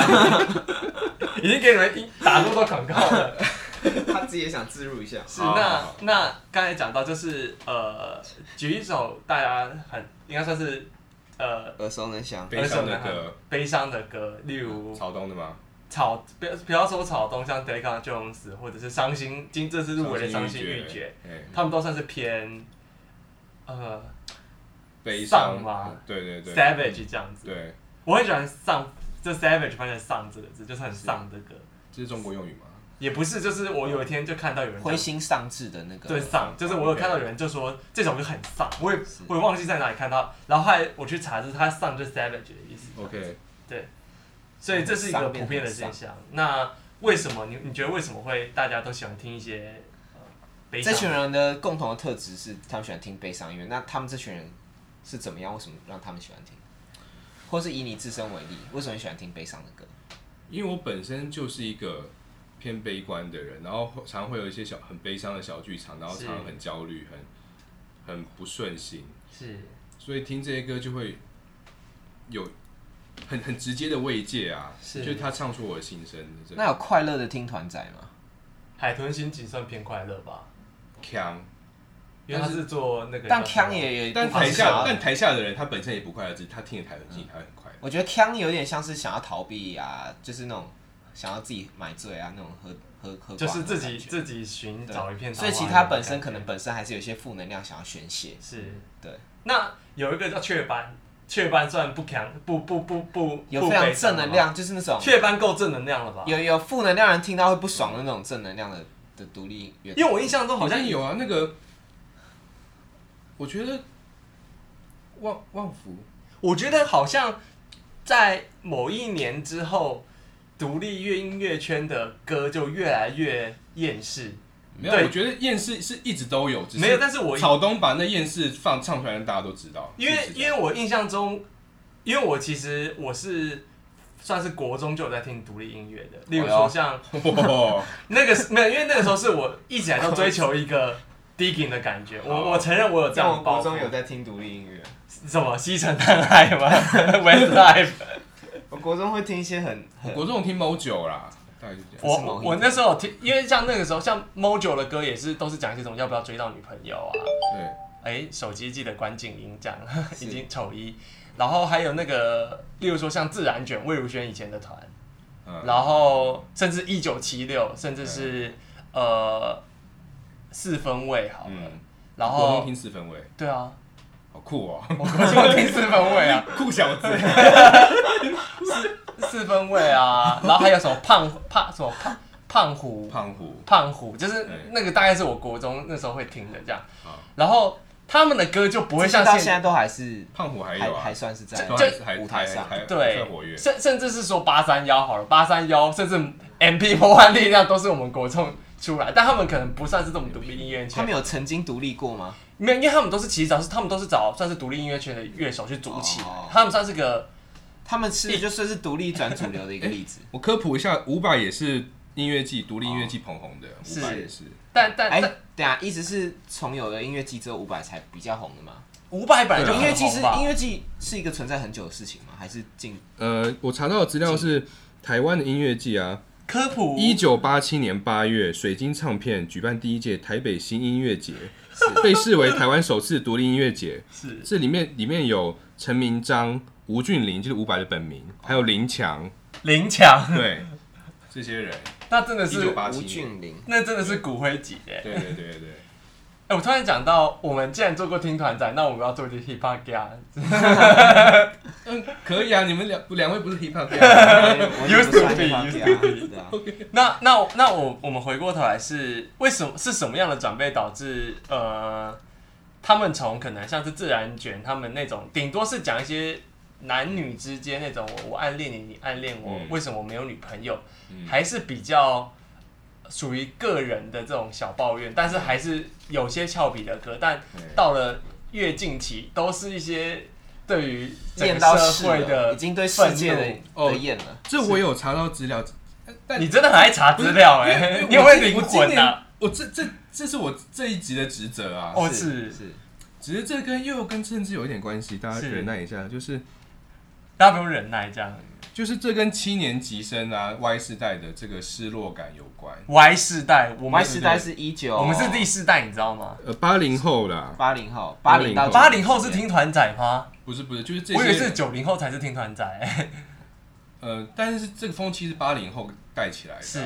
Speaker 2: 已经给你们一打那么多广告了。哦
Speaker 1: 他自己也想自入一下。
Speaker 2: 是，
Speaker 3: 好好
Speaker 2: 那
Speaker 3: 好
Speaker 2: 那刚才讲到就是呃，举一首大家很应该算是呃
Speaker 1: 耳熟能详，
Speaker 3: 悲伤的
Speaker 2: 耳熟能
Speaker 3: 歌
Speaker 2: 详，悲伤的歌，例如
Speaker 3: 曹东的吗？
Speaker 2: 草，不要不要说草东，像 d e c a Jones 或者是伤心，今这次入围的伤心欲绝，，
Speaker 3: 哎，
Speaker 2: 他们都算是偏呃
Speaker 3: 悲
Speaker 2: 丧
Speaker 3: 伤
Speaker 2: 吗？
Speaker 3: 对对对
Speaker 2: savage 这样子。
Speaker 3: 对，
Speaker 2: 我很喜欢丧，这 savage 翻成丧这个字，就是很丧的歌。
Speaker 3: 这是中国用语吗？
Speaker 2: 也不是，就是我有一天就看到有人讲
Speaker 1: 灰心丧志的那个。
Speaker 2: 对丧，就是我有看到有人就说这首歌很丧，我也我也忘记在哪里看到，然后后来我去查，就是它丧就是 savage 的意思，
Speaker 3: OK，
Speaker 2: 所以这是一个
Speaker 1: 丧变
Speaker 2: 普遍的
Speaker 1: 很丧
Speaker 2: 现象。那为什么你你觉得为什么会大家都喜欢听一些、呃、悲
Speaker 1: 这群
Speaker 2: 伤？
Speaker 1: 人的共同的特质是，他们喜欢听悲伤音乐。那他们这群人是怎么样？为什么让他们喜欢听？或是以你自身为例，为什么你喜欢听悲伤的歌？
Speaker 3: 因为我本身就是一个偏悲观的人，然后常会有一些小很悲伤的小剧场，然后
Speaker 2: 是
Speaker 3: 常很焦虑，很很不顺心，
Speaker 2: 是
Speaker 3: 所以听这些歌就会有很很直接的慰藉啊，
Speaker 2: 是
Speaker 3: 就是他唱出我的心声，这
Speaker 1: 那有快乐的听团仔吗？
Speaker 2: 海豚心情算偏快乐吧，
Speaker 3: 腔。
Speaker 2: 因为他是做那个
Speaker 1: 但
Speaker 2: 叫什么
Speaker 1: 腔也有一部
Speaker 3: 但
Speaker 1: 分
Speaker 3: 台
Speaker 1: 是啊
Speaker 3: 下但台下的人他本身也不快乐，只是他听了台很近，
Speaker 2: 嗯
Speaker 3: 他很快乐。
Speaker 1: 我觉得腔有点像是想要逃避啊，就是那种想要自己买醉啊，那种喝喝喝挂
Speaker 2: 就
Speaker 1: 那
Speaker 2: 是
Speaker 1: 种
Speaker 2: 自
Speaker 1: 感
Speaker 2: 己
Speaker 1: 觉
Speaker 2: 自己寻
Speaker 1: 对
Speaker 2: 找一片桃
Speaker 1: 所
Speaker 2: 花
Speaker 1: 以
Speaker 2: 源的感觉，
Speaker 1: 其实他本身可能本身还是有一些负能量想要宣泄。
Speaker 2: 是
Speaker 1: 对。
Speaker 2: 那有一个叫雀斑，雀斑算不强不不不不
Speaker 1: 有
Speaker 2: 不
Speaker 1: 非常
Speaker 2: 悲伤
Speaker 1: 正能
Speaker 2: 吗
Speaker 1: 量，就是那种
Speaker 2: 雀斑够正能量了吧？
Speaker 1: 有有负能量人听到会不爽的那种正能量的的独立乐
Speaker 2: 因
Speaker 1: 团。
Speaker 2: 为我印象中好
Speaker 3: 好
Speaker 2: 像
Speaker 3: 像
Speaker 2: 有
Speaker 3: 有啊，那个，我觉得旺旺福
Speaker 2: 我觉得好像在某一年之后，独立乐音乐圈的歌就越来越厌世。
Speaker 3: 没有，
Speaker 2: 对
Speaker 3: 我觉得厌世是一直都有，只是
Speaker 2: 没有，但是我
Speaker 3: 草东把那厌世放唱出来，让大家都知道。
Speaker 2: 因为
Speaker 3: 是这
Speaker 2: 因
Speaker 3: 样
Speaker 2: 为我印象中，因为我其实我是算是国中就有在听独立音乐的，例如
Speaker 1: 哎
Speaker 2: 说
Speaker 1: 呦
Speaker 2: 像
Speaker 3: *laughs* 哇，
Speaker 2: 那个是没有，因为那个时候是我一直以来都追求一个 digging 的感觉。我我承认我有这样的包袱，
Speaker 1: 在听独立音乐，
Speaker 2: 什么西城男孩吗 *laughs* ？Westlife。
Speaker 1: 我国中会听一些很
Speaker 3: 我国中听某九啦，大概就这样。
Speaker 2: 我
Speaker 1: 是某一
Speaker 2: 我那时候有听，因为像那个时候，像 Mojo 的歌也是都是讲一些什么要不要追到女朋友啊，
Speaker 3: 对，
Speaker 2: 哎，手机记得关静音这样， *laughs*
Speaker 1: 是
Speaker 2: 已经丑一。然后还有那个，例如说像自然卷，魏如萱以前的团，
Speaker 3: 嗯，
Speaker 2: 然后甚至一九七六，甚至是
Speaker 1: 嗯
Speaker 2: 呃四分位好了，
Speaker 3: 嗯，
Speaker 2: 然
Speaker 3: 国中
Speaker 2: 后
Speaker 3: 听四分位，
Speaker 2: 对啊，
Speaker 3: 好好酷
Speaker 2: *laughs*
Speaker 3: 哦，
Speaker 2: 我国中听四分位啊，
Speaker 3: 酷小子，
Speaker 2: 四分位啊，然后还有什么胖胖什么胖胖虎
Speaker 3: *laughs* 胖虎
Speaker 2: 胖虎，就是
Speaker 3: 对
Speaker 2: 那个大概是我国中那时候会听的这样
Speaker 3: 啊。
Speaker 2: 然后他们的歌就不会像
Speaker 1: 到
Speaker 2: 现
Speaker 1: 现在都还是
Speaker 3: 胖虎还
Speaker 1: 还
Speaker 3: 有啊
Speaker 1: 还，算是在
Speaker 3: 都
Speaker 2: 这
Speaker 3: 还还
Speaker 1: 舞台上
Speaker 3: 还还还
Speaker 2: 对
Speaker 3: 算活跃，
Speaker 2: 甚甚至是说八三幺好了，八三幺甚至 MP 破万力量都是我们国中出来，但他们可能不算是这种独立音乐
Speaker 1: 他
Speaker 2: 圈
Speaker 1: 们，有曾经独立过吗？
Speaker 2: 没有，因为他们都是其实找是他们都是找算是独立音乐圈的乐手去组起来
Speaker 1: 哦，
Speaker 2: 他们算是个
Speaker 1: 他们是不是就算是独立转主流的一个例子。
Speaker 3: 我科普一下，伍佰也是音乐季独立音乐季捧红的，伍佰
Speaker 2: 是
Speaker 3: 也是。
Speaker 2: 但但
Speaker 1: 哎
Speaker 2: 但，
Speaker 1: 对啊，一直是从有了音乐季之后，伍佰才比较红的嘛。
Speaker 2: 伍佰本来就
Speaker 3: 对啊
Speaker 1: 音
Speaker 2: 很
Speaker 1: 乐季是
Speaker 2: 红吧
Speaker 1: 音乐季是一个存在很久的事情吗？还是近
Speaker 3: 呃，我查到的资料是台湾的音乐季啊，
Speaker 2: 科普
Speaker 3: 一九八七年八月，水晶唱片举办第一届台北新音乐节， *laughs* 被视为台湾首次独立音乐节。
Speaker 2: 是
Speaker 3: 这里面里面有陈明章、吴俊霖，就是伍佰的本名，还有林强，
Speaker 2: 林强，
Speaker 3: 对，嗯这些人。
Speaker 2: 那真的是
Speaker 3: 1987
Speaker 1: 吴俊
Speaker 2: *laughs*
Speaker 1: 霖？
Speaker 2: 那真的是骨灰级的。
Speaker 3: 对对对 *laughs* 对，
Speaker 2: 哎、我突然讲到，我们既然做过听团仔，那我们要做一些 hip hop guy。
Speaker 3: 可以啊，你们两两位不是 hip hop 啊
Speaker 1: 我也不算
Speaker 2: Used to be,
Speaker 1: 黑帮
Speaker 2: used
Speaker 1: 对
Speaker 2: to
Speaker 1: 啊
Speaker 2: be
Speaker 1: 对啊，
Speaker 2: 那那我那我我们回过头来是为什么是什么样的转变导致呃，他们从可能像是自然卷他们那种，顶多是讲一些男女之间那种我我暗恋你，你暗恋我，
Speaker 3: 嗯
Speaker 2: 为什么我没有女朋友，
Speaker 3: 嗯
Speaker 2: 还是比较属于个人的这种小抱怨，但是还是有些俏皮的歌，但到了越近期都是一些对于整
Speaker 1: 厌
Speaker 2: 个
Speaker 1: 到
Speaker 2: 社
Speaker 1: 世
Speaker 2: 会
Speaker 1: 了，
Speaker 2: 的
Speaker 1: 已经对世界
Speaker 2: 愤怒
Speaker 1: 的
Speaker 3: 哦
Speaker 1: 的厌了。
Speaker 3: 这我有查到资料，但
Speaker 2: 你真的很爱查资料哎、
Speaker 3: 因为 *laughs*
Speaker 2: 你有没有
Speaker 3: 我今我
Speaker 2: 灵
Speaker 3: 今
Speaker 2: 魂啊？
Speaker 3: 年我这这这是我这一集的职责啊。
Speaker 2: 哦是
Speaker 1: 是，
Speaker 3: 只是这跟又跟政治有一点关系，大家
Speaker 2: 是
Speaker 3: 忍耐一下。就是
Speaker 2: 大家不用忍耐这样。
Speaker 3: 就是这跟七年级生啊 Y 世代的这个失落感有关。
Speaker 2: Y 世代，我
Speaker 1: 我
Speaker 2: 们
Speaker 1: 们时代是哦一九，
Speaker 2: 我们是第四代，你知道吗？
Speaker 3: 呃，八零后啦，
Speaker 1: 八零后，八
Speaker 3: 八零
Speaker 1: 零
Speaker 3: 后
Speaker 1: 到
Speaker 2: 八零后是听团仔吗？
Speaker 3: 不是不是，就是这
Speaker 2: 我以为是
Speaker 3: 些
Speaker 2: 九零后才是听团仔、欸
Speaker 3: 呃，但是这个风气是八零后带起来的啊、
Speaker 2: 是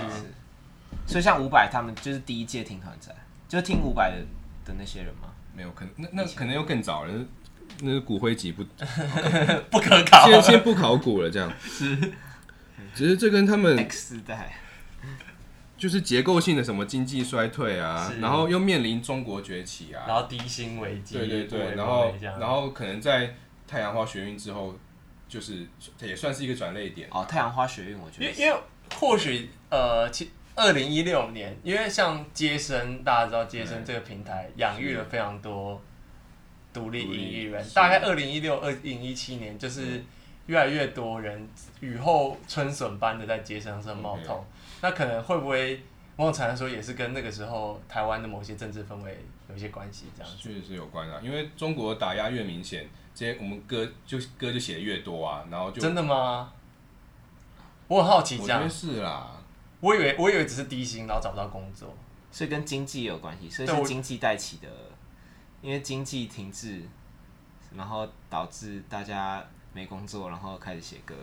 Speaker 1: 所以像伍佰他们就是第一届听团仔，就听伍佰的的那些人嘛。
Speaker 3: 没有可能那那可能又更早了，那是骨灰级不
Speaker 2: *laughs* 不可考。
Speaker 3: 先先不考古了，这样
Speaker 2: *laughs*
Speaker 3: 是。只是这跟他们
Speaker 1: X 世代，
Speaker 3: 就是结构性的什么经济衰退啊
Speaker 2: 是，
Speaker 3: 然后又面临中国崛起啊，
Speaker 2: 然后低薪危机，
Speaker 3: 对对对，
Speaker 2: 微
Speaker 3: 然后
Speaker 2: 微这样
Speaker 3: 然后可能在太阳花学运之后，就是也算是一个转类点。
Speaker 1: 哦，太阳花学运，我觉
Speaker 2: 因为
Speaker 1: 得是
Speaker 2: 因为或许呃，其二零一六年，因为像接生，大家知道接生这个平台养育了非常多独立音乐
Speaker 3: 独立
Speaker 2: 人，
Speaker 3: 是
Speaker 2: 大概二零一六、二零一七年，就是越来越多人雨后春笋般的在街上上冒头。那可能会不会某种程度来说，也是跟那个时候台湾的某些政治氛围有一些关系？这样
Speaker 3: 确实是有关啊，因为中国打压越明显，这些我们歌就歌就写的越多啊，然后就
Speaker 2: 真的吗？我很好奇，
Speaker 3: 我
Speaker 2: 这
Speaker 3: 觉得
Speaker 2: 样
Speaker 3: 是啦，
Speaker 2: 我以为我以为只是低薪，然后找不到工作。
Speaker 1: 所以跟经济有关系，所以
Speaker 2: 对
Speaker 1: 是
Speaker 2: 我
Speaker 1: 经济带起的，因为经济停滞，然后导致大家没工作，然后开始写歌，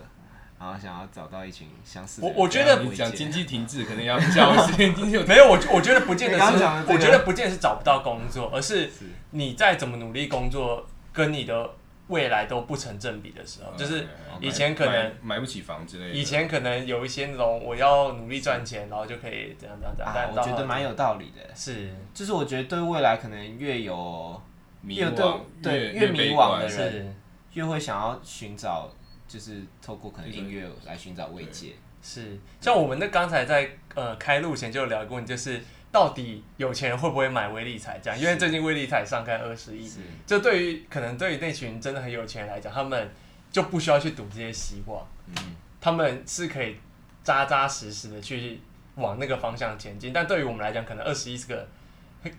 Speaker 1: 然后想要找到一群相似的人。
Speaker 2: 我觉得
Speaker 1: 这样
Speaker 3: 啊你
Speaker 1: 慰藉
Speaker 3: 讲经济停滞，可能要教一些 *laughs* 经济有
Speaker 2: *laughs* 没有，我觉我觉得不见得
Speaker 1: 你刚刚
Speaker 2: 是，
Speaker 1: 讲的这个
Speaker 2: 我觉得不见得是找不到工作，而是你再怎么努力工作，跟你的未来都不成正比的时
Speaker 1: 嗯
Speaker 2: 候， *laughs* 就是以前可能
Speaker 3: 呃买买不起房之类的。
Speaker 2: 以前可能有一些那种我要努力赚钱，然后就可以怎样怎样怎样，
Speaker 1: 啊
Speaker 2: 但，
Speaker 1: 我
Speaker 2: 到
Speaker 1: 觉得蛮有道理的。
Speaker 2: 是
Speaker 1: 就是我觉得对未来可能越有
Speaker 3: 迷
Speaker 1: 越
Speaker 3: 惘，
Speaker 1: 对
Speaker 3: 越
Speaker 1: 越迷
Speaker 3: 悲
Speaker 1: 惘
Speaker 3: 观
Speaker 1: 的人
Speaker 2: 是
Speaker 1: 越会想要寻找，就是透过可能音乐来寻找慰藉。
Speaker 2: 是，像我们那刚才在呃开录前就有聊过，你就是到底有钱人会不会买微利彩这样？因为
Speaker 1: 是
Speaker 2: 最近微利彩上看二十亿，
Speaker 1: 是
Speaker 2: 就对于可能对于那群真的很有钱人来讲，他们就不需要去赌这些希望，
Speaker 1: 嗯
Speaker 2: 他们是可以扎扎实实的去往那个方向前进。但对于我们来讲，可能二十亿这个。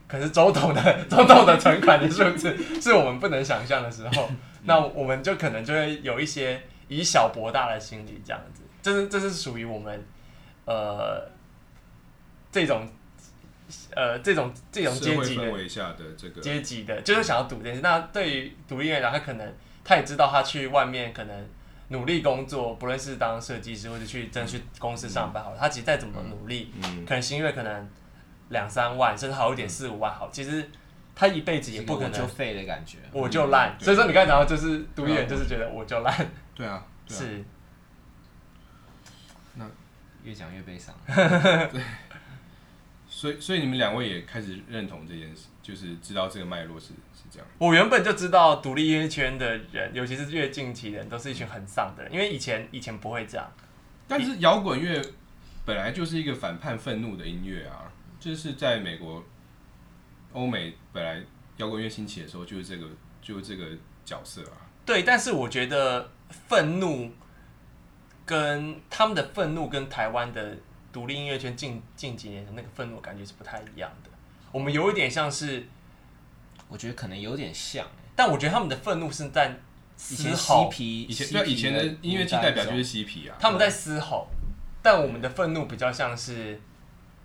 Speaker 2: 可是周董的周董的存款的数字是我们不能想象的时候，那我们就可能就会有一些以小博大的心理这样子，这是这是属于我们呃这种呃这种这种阶
Speaker 3: 社会
Speaker 2: 级的
Speaker 3: 氛围下的这个
Speaker 2: 阶级的，就是想要赌这件事。那对于独立音乐人，他可能他也知道，他去外面可能努力工作，不论是当设计师或者去真的去公司上班好了，他其实再怎么努力，
Speaker 3: 嗯
Speaker 2: 可能薪月可能两三万，甚至好一点四五万好，其实他一辈子也
Speaker 1: 也
Speaker 2: 不
Speaker 1: 不
Speaker 2: 可
Speaker 1: 可
Speaker 2: 能
Speaker 1: 就废的感觉。
Speaker 2: 我就烂。
Speaker 3: 对
Speaker 2: 所以说你刚才讲到就是独立人，就是觉得我就烂，
Speaker 3: 对啊，对啊
Speaker 2: 是
Speaker 1: 越讲越悲伤。
Speaker 3: 所以所以你们两位也开始认同这件事，就是知道这个脉络是是这样。
Speaker 2: 我原本就知道独立音乐圈的人，尤其是越近期人，都是一群很丧的人，因为以前以前不会这样。
Speaker 3: 但是摇滚乐本来就是一个反叛愤怒的音乐啊，就是在美国、欧美本来摇滚乐兴起的时候，就是这个就是这个角色啊。
Speaker 2: 对，但是我觉得愤怒跟他们的愤怒跟台湾的独立音乐圈近近几年的那个愤怒感觉是不太一样的。我们有一点像是，
Speaker 1: 我觉得可能有点像
Speaker 2: 但我觉得他们的愤怒是在
Speaker 1: 以
Speaker 2: 嘶
Speaker 1: 前嬉
Speaker 2: 吼，
Speaker 1: 皮，
Speaker 3: 以前
Speaker 1: 嬉
Speaker 3: 对啊
Speaker 1: 皮
Speaker 3: 以前的音乐季代表就是嬉皮啊，
Speaker 2: 他们在嘶吼，但我们的愤怒比较像是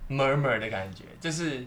Speaker 2: murmur 的感觉，就是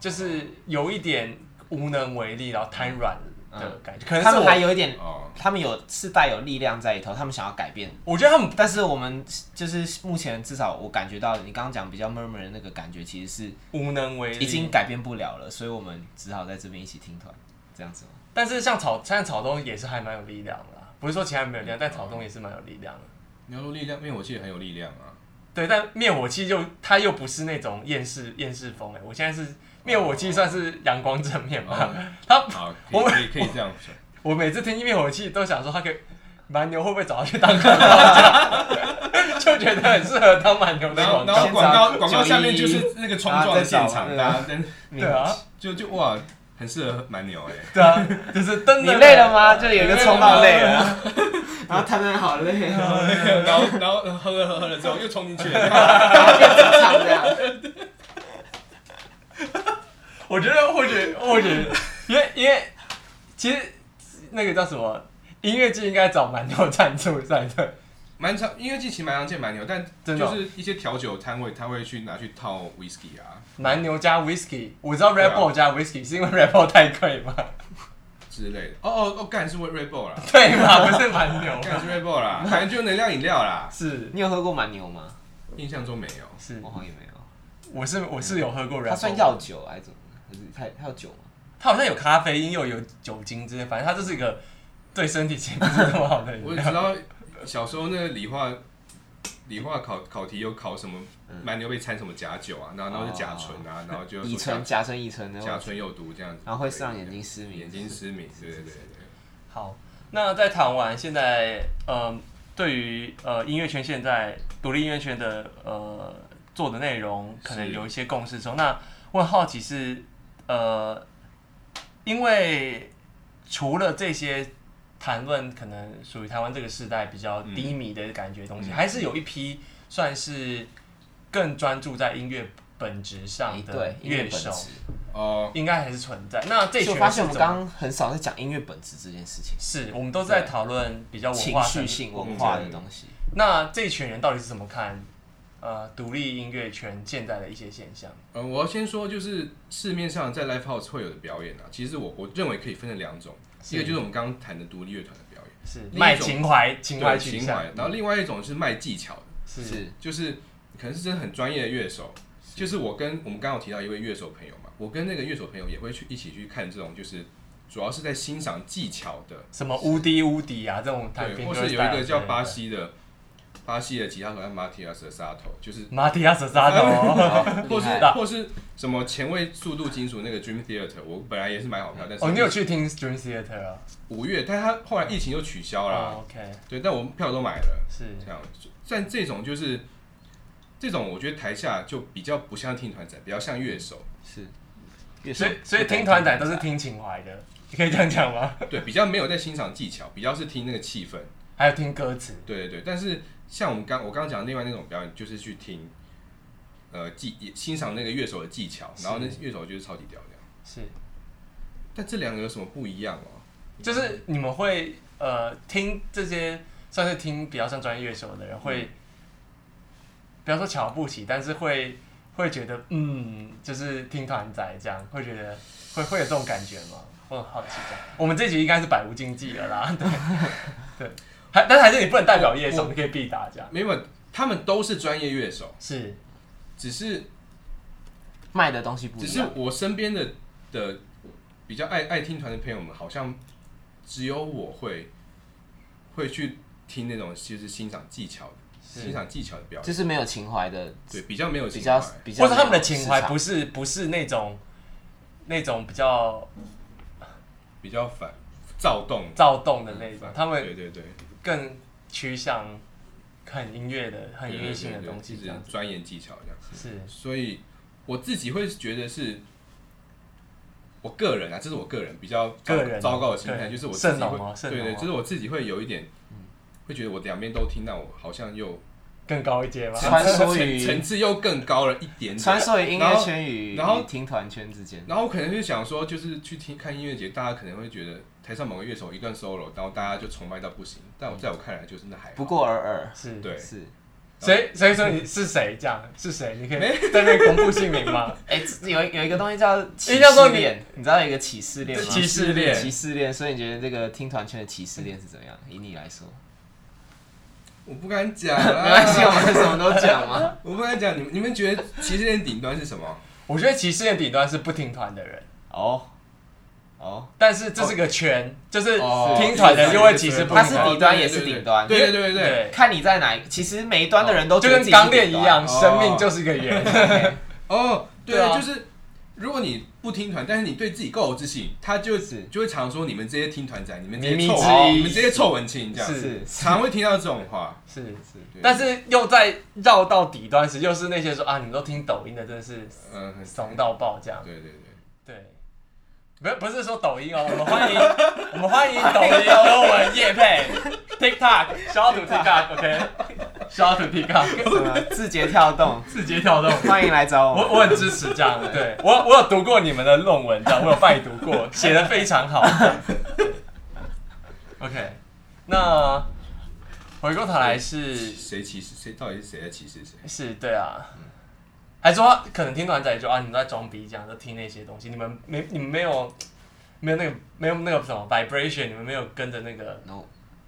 Speaker 2: 就是有一点无能为力，然后瘫软的感觉。可能
Speaker 1: 嗯他
Speaker 2: 是
Speaker 1: 们还
Speaker 2: 我，
Speaker 1: 有一点，
Speaker 3: 哦，
Speaker 1: 他们有是带有力量在里头，他们想要改变。
Speaker 2: 我觉得他们
Speaker 1: 但是我们就是目前至少我感觉到，你刚刚讲比较 murmur 的那个感觉，其实
Speaker 2: 无能为
Speaker 1: 是
Speaker 2: 力，
Speaker 1: 已经改变不了了，所以我们只好在这边一起听团，这样子吗？
Speaker 2: 但是像草，现在草东也是还蛮有力量的啦，啊不是说其他人没有力量，但草东也是蛮有力量的。
Speaker 3: 你要说力量，灭火器也很有力量
Speaker 1: *laughs*
Speaker 3: 啊。
Speaker 2: 对，但灭火器就它又不是那种厌世厌世风哎、我现在是灭火器算是阳光正面吧。
Speaker 3: 哦
Speaker 2: 他
Speaker 3: 好，可
Speaker 2: 我
Speaker 3: 以可以可以这样说。
Speaker 2: 我每次听灭火器都想说他可以蛮牛会不会找他去当广告家，就觉得很适合当蛮牛的
Speaker 3: 然后
Speaker 2: 广
Speaker 3: 然后
Speaker 1: 现场
Speaker 3: 广告
Speaker 2: 告。
Speaker 3: 广告下面就是那个冲撞的现场，
Speaker 1: 啊在
Speaker 3: 大
Speaker 1: 找
Speaker 3: 家真
Speaker 1: *laughs*
Speaker 2: 对啊，
Speaker 3: 就就哇，很适合蛮牛哎。
Speaker 2: 对啊，就是噔噔。
Speaker 1: 你累了？吗？就有一个冲到累
Speaker 2: 你累了
Speaker 1: 了，然后他们好累
Speaker 3: *laughs*
Speaker 1: 哦，
Speaker 3: *laughs* 然后然后喝了喝喝了之后又冲进去
Speaker 1: *laughs*
Speaker 3: 了。
Speaker 1: 然后变成唱这样。
Speaker 2: 我觉得或许或许，因为因为其实那个叫什么音乐剧应该找蛮牛赞助才对。
Speaker 3: 蛮常，因为近期蛮常见蛮牛，但
Speaker 2: 真的哦
Speaker 3: 就是一些调酒摊位，他会去拿去套 whisky 啊
Speaker 2: 蛮牛加 whisky，我知道
Speaker 3: 对
Speaker 2: Red
Speaker 3: 啊
Speaker 2: Bull 加 whisky 是因为 Red Bull 太贵嘛？
Speaker 3: 之类的。哦哦哦，干是 Red Bull *laughs* 啦，
Speaker 2: *laughs* 对嘛？不是蛮牛
Speaker 3: 干是 Red Bull *laughs* 啦，反正就能量饮料啦。
Speaker 2: *laughs* 是
Speaker 1: 你有喝过蛮牛吗？
Speaker 3: 印象中没有，
Speaker 2: 是
Speaker 1: 我，好像也没有。
Speaker 2: 我是我是有喝过 Red Bull，
Speaker 1: 它算药酒还是怎么？还是它它有酒吗？
Speaker 2: 它好像有咖啡因又有酒精之类，反正它就是一个对身体其实不是那么好的饮
Speaker 3: 我只
Speaker 2: 料。
Speaker 3: 知道小时候那个理化理化考考题有考什么蛮牛被掺什么假酒啊，然后然后就甲醇 *laughs* 啊，然后就
Speaker 1: 乙
Speaker 3: 说甲
Speaker 1: 醇、甲醇、乙醇的
Speaker 3: 甲
Speaker 1: 问题，
Speaker 3: 醇有毒这样子，
Speaker 1: 然后会让眼睛失明。
Speaker 3: 眼睛失明，对对对对
Speaker 2: 好，那在谈完现在，呃，对于呃音乐圈现在独立音乐圈的呃做的内容，可能
Speaker 3: 是
Speaker 2: 有一些共识中，那我很好奇是呃，因为除了这些谈论，可能属于台湾这个时代比较低迷的感觉的东西，
Speaker 3: 嗯
Speaker 2: 还是有一批算是更专注在音乐本质上
Speaker 1: 哎
Speaker 2: 的
Speaker 1: 对，音乐
Speaker 2: 乐
Speaker 1: 本
Speaker 2: 手，
Speaker 1: 质。
Speaker 3: 哦，
Speaker 2: 应该还是存在。那这
Speaker 1: 其实
Speaker 2: 群
Speaker 1: 我发现
Speaker 2: 人是
Speaker 1: 我们
Speaker 2: 怎
Speaker 1: 刚
Speaker 2: 么？
Speaker 1: 刚很少在讲音乐本质这件事情，
Speaker 2: 是我们都在讨论比较文
Speaker 1: 情
Speaker 2: 化层
Speaker 1: 绪
Speaker 2: 面
Speaker 1: 性
Speaker 3: 文
Speaker 1: 文
Speaker 3: 化
Speaker 1: 化
Speaker 3: 层
Speaker 1: 的
Speaker 3: 面
Speaker 1: 东西。
Speaker 2: 那这群人到底是怎么看呃独立音乐圈现在的一些现象？
Speaker 3: 呃，我要先说，就是市面上在 live house 会有的表演啊，其实我我认为可以分成两种，
Speaker 2: 是
Speaker 3: 一个就是我们刚刚谈的独立乐团的表演，
Speaker 2: 是
Speaker 3: 另一种
Speaker 2: 卖情怀情怀
Speaker 3: 对
Speaker 2: 取
Speaker 3: 情
Speaker 2: 向
Speaker 3: 怀，，然后另外一种是卖技巧的，
Speaker 2: 是
Speaker 3: 就是可能是真的很专业的乐手，就是我跟我们刚刚有提到一位乐手朋友嘛，我跟那个乐手朋友也会去一起去看这种，就是主要是在欣赏技巧的，
Speaker 2: 什么无敌无敌啊这种弹
Speaker 3: 对，
Speaker 2: 平
Speaker 3: 或
Speaker 2: 歌
Speaker 3: 是有
Speaker 2: style
Speaker 3: 一个
Speaker 2: 之
Speaker 3: 叫
Speaker 2: 类
Speaker 3: 巴
Speaker 2: 的
Speaker 3: 西的巴西的吉他手叫 Matias Sato，就是
Speaker 2: 马蒂亚斯沙
Speaker 3: *laughs* 哦
Speaker 2: 头。
Speaker 3: 或是
Speaker 1: 厉害
Speaker 3: 或是什么前卫速度金属那个 Dream Theater，我本来也是买好票，但是
Speaker 2: 哦，你有去听 Dream Theater 啊？
Speaker 3: 五月，但他后来疫情又取消啦。
Speaker 2: 哦，OK，
Speaker 3: 对，但我们票都买了，
Speaker 2: 是
Speaker 3: 这样。但这种就是这种，我觉得台下就比较不像听团仔，比较像乐手，
Speaker 1: 是，乐手
Speaker 2: 所以所以听团仔都是听情怀的，你可以这样讲吗？
Speaker 3: 对，比较没有在欣赏技巧，比较是听那个气氛。
Speaker 2: 还有听歌词，
Speaker 3: 对对对。但是像我们刚我刚刚讲的另外那种表演，就是去听呃技欣赏那个乐手的技巧，然后那乐手就是超级屌这样。
Speaker 2: 是
Speaker 3: 但这两个有什么不一样哦？
Speaker 2: 就是你们会呃听这些算是听比较像专业乐手的人会，不要说瞧不起，但是会会觉得嗯，就是听团仔这样，会觉得会会有这种感觉吗？我很好奇这样。我们这集应该是百无禁忌了啦， *laughs* 对对，还但是还是你不能代表乐手，你可以必答这样。
Speaker 3: 没有，他们都是专业乐手，
Speaker 2: 是
Speaker 3: 只是
Speaker 1: 卖的东西不
Speaker 3: 只
Speaker 1: 一
Speaker 3: 是
Speaker 1: 样。
Speaker 3: 我身边的的比较爱爱听团的朋友们，好像只有我会会去听那种就是欣赏技巧的、欣赏技巧的表演，
Speaker 1: 就是没有情怀的，
Speaker 3: 对，比较没有
Speaker 1: 比
Speaker 3: 情
Speaker 1: 较
Speaker 3: 怀。
Speaker 1: 比较
Speaker 2: 或者他们的
Speaker 1: 没有
Speaker 2: 情
Speaker 1: 市
Speaker 2: 怀
Speaker 1: 场
Speaker 2: 不是不是那种那种比较
Speaker 3: 比较反躁动，
Speaker 2: 躁动的那种，他们
Speaker 3: 对对对，
Speaker 2: 更趋向很音乐的、很
Speaker 3: 对
Speaker 2: 音
Speaker 3: 对
Speaker 2: 乐
Speaker 3: 对
Speaker 2: 性的
Speaker 3: 对
Speaker 2: 东西，
Speaker 3: 就
Speaker 2: 这
Speaker 3: 是
Speaker 2: 样子
Speaker 3: 钻研技巧这样。
Speaker 2: 是
Speaker 3: 所以我自己会觉得是，我个人啊，这是我个人比较糟
Speaker 2: 个人
Speaker 3: 糟糕的心态，
Speaker 2: 对
Speaker 3: 就是我自
Speaker 2: 圣
Speaker 3: 己
Speaker 2: 农啊
Speaker 3: 会，
Speaker 2: 圣
Speaker 3: 对
Speaker 2: 农
Speaker 3: 对，
Speaker 2: 啊
Speaker 3: 就是我自己会有一点，会觉得我两边都听，那我好像又
Speaker 2: 更高一阶吗？
Speaker 1: 穿梭
Speaker 3: 层
Speaker 1: 于
Speaker 3: 层次又更高了一点
Speaker 1: 穿
Speaker 3: 点。
Speaker 1: 梭于音
Speaker 3: 然
Speaker 1: 乐
Speaker 3: 后
Speaker 1: 圈与
Speaker 3: 然后
Speaker 1: 与听团圈之间，
Speaker 3: 然后我可能就想说，就是去听看音乐节，大家可能会觉得台上某个乐手一段 solo，然后大家就崇拜到不行。但我在我看来，就是那还好
Speaker 1: 不过尔尔
Speaker 2: 是，
Speaker 3: 对
Speaker 1: 是，
Speaker 2: 谁谁说你是谁这样？是谁？你可以在那边公布姓名 *laughs* 吗？
Speaker 1: 哎、这有有一个东西叫歧
Speaker 2: 叫做
Speaker 1: 视
Speaker 2: 你
Speaker 1: 链，你知道有一个歧视链吗？
Speaker 2: 歧视链
Speaker 1: 歧视链，所以你觉得这个听团圈的歧视链是怎么样？以你来说，
Speaker 3: 我不敢讲
Speaker 1: *laughs* 没关系，我哦
Speaker 3: 啦，
Speaker 1: 们什么都讲嘛。
Speaker 3: 我不敢讲。你们你们觉得骑士链顶端是什么？
Speaker 2: 我觉得歧视的顶端是不听团的人，
Speaker 1: 哦哦，
Speaker 2: 但是这是个圈， *laughs* 就是
Speaker 3: 哦
Speaker 2: 听团的人就会歧视不
Speaker 1: 他
Speaker 2: 听
Speaker 1: 是
Speaker 2: 团
Speaker 1: 底
Speaker 2: 的。
Speaker 1: 端也是顶端，
Speaker 3: 对对对对对。
Speaker 2: 对，
Speaker 1: 看你在哪一，其实每一端的人都
Speaker 2: 就
Speaker 1: 觉得
Speaker 2: 跟
Speaker 1: 自己是
Speaker 2: 刚练
Speaker 1: 顶
Speaker 2: 一
Speaker 1: 端 *laughs*
Speaker 2: 样，
Speaker 3: 哦
Speaker 2: 生命就是个圆。
Speaker 3: 哦，对
Speaker 2: 对啊
Speaker 3: 就是如果你不听团，但是你对自己够有自信，他就是就会常说你们这些听团仔，你们这
Speaker 2: 靡
Speaker 3: 些
Speaker 2: 靡
Speaker 3: 臭
Speaker 2: 之
Speaker 3: 文，
Speaker 2: 音
Speaker 3: 你们这些臭文青，这样
Speaker 2: 是
Speaker 1: 是是
Speaker 3: 常会听到这种话。
Speaker 2: *laughs* 是，
Speaker 3: 对
Speaker 2: 但是又在绕到底端时，又是那些说啊，你们都听抖音的，真的是
Speaker 3: 嗯，很
Speaker 2: 怂。到爆这样。
Speaker 3: 对对对，
Speaker 2: 对，不不是说抖音哦，我们欢迎 *laughs* 我们欢迎抖音跟我们叶配 TikTok，小土 TikTok，OK，小土 TikTok
Speaker 1: 什么字节跳 *laughs* 动，
Speaker 2: 字节跳动。
Speaker 1: 欢迎来找我
Speaker 2: 我
Speaker 1: 们。
Speaker 2: 我很支持这样，对我我有读过你们的论文，这样我有拜读过，写的非常好。OK，那回过头来是
Speaker 3: 谁歧视谁？到底是谁在歧视谁？
Speaker 2: 是，对啊，还说他可能听团仔就啊你们在装逼这样，就听那些东西，你们没你们没有没有那个没有那个什么 vibration，你们没有跟着那个
Speaker 1: no，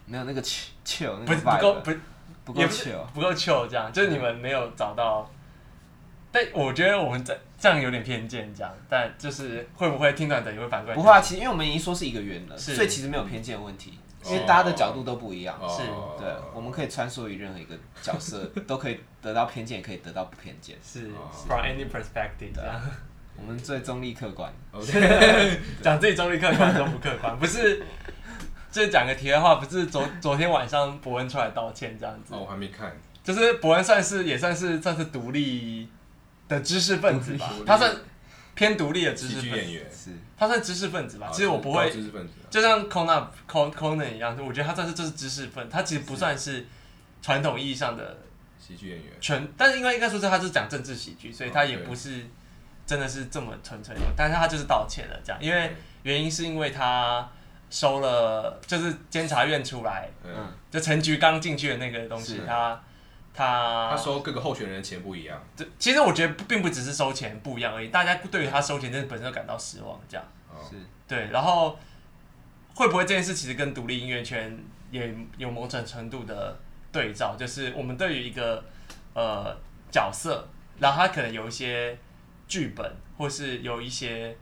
Speaker 1: 没有那个 chill，chill，那
Speaker 2: 不
Speaker 1: 个
Speaker 2: 是不
Speaker 1: vibe
Speaker 2: 够不
Speaker 1: 嗯不够
Speaker 2: 也不是
Speaker 1: chill，
Speaker 2: 不够 chill 这样，就是你们没有找到。但我觉得我们这这样有点偏见，这样，但就是会不会听团仔也会反过来？
Speaker 1: 不会啊，其实因为我们已经说是一哦个圆了，
Speaker 2: 是
Speaker 1: 所以其实没有偏见问题，
Speaker 3: 嗯
Speaker 1: 因为大家的角度都不一样。
Speaker 2: 是
Speaker 3: 哦
Speaker 1: 对，我们可以穿梭于任何一个角色，都可以得到偏见，也可以得到不偏见。
Speaker 2: 是
Speaker 3: 哦
Speaker 2: from any perspective 这样，
Speaker 1: 我们最中立客观，
Speaker 3: 哦 OK，
Speaker 2: *laughs* 讲自己中立客观都不客观，不是。 *laughs* 就是讲个题外话，不是昨昨天晚上伯恩出来道歉这样
Speaker 3: *laughs*
Speaker 2: 子
Speaker 3: 哦，，我还没看。
Speaker 2: 就是伯恩算是也算是算是独立的知识分子吧
Speaker 3: 独立，
Speaker 2: 他算偏独立的知
Speaker 3: 喜
Speaker 2: 识
Speaker 3: 剧
Speaker 2: 分
Speaker 3: 演
Speaker 2: 子，
Speaker 3: 员。啊
Speaker 1: 是
Speaker 2: 他算知识分子吧。其实我不
Speaker 3: 高
Speaker 2: 会，
Speaker 3: 知识分子啊。
Speaker 2: 就像 Conan Con- Conan 一样，我觉得他算是就是知识分子，他其实不算是传统意义上的
Speaker 3: 喜剧演员。
Speaker 2: 全，但是应该应该说是他是讲政治喜剧，所以他也
Speaker 3: 哦对
Speaker 2: 不是真的是这么纯粹的，但是他就是道歉了这样，因为原因是因为他收了就是监察院出来，
Speaker 3: 嗯，
Speaker 2: 就陈菊刚进去的那个东西
Speaker 1: 是，
Speaker 2: 他他
Speaker 3: 他收各个候选人的钱不一样。
Speaker 2: 这其实我觉得并不只是收钱不一样而已，大家对于他收钱这本身就感到失望，这样
Speaker 3: 哦
Speaker 1: 是，
Speaker 2: 对。然后会不会这件事其实跟独立音乐圈也有某种程度的对照？就是我们对于一个呃角色，然后他可能有一些剧本，或是有一些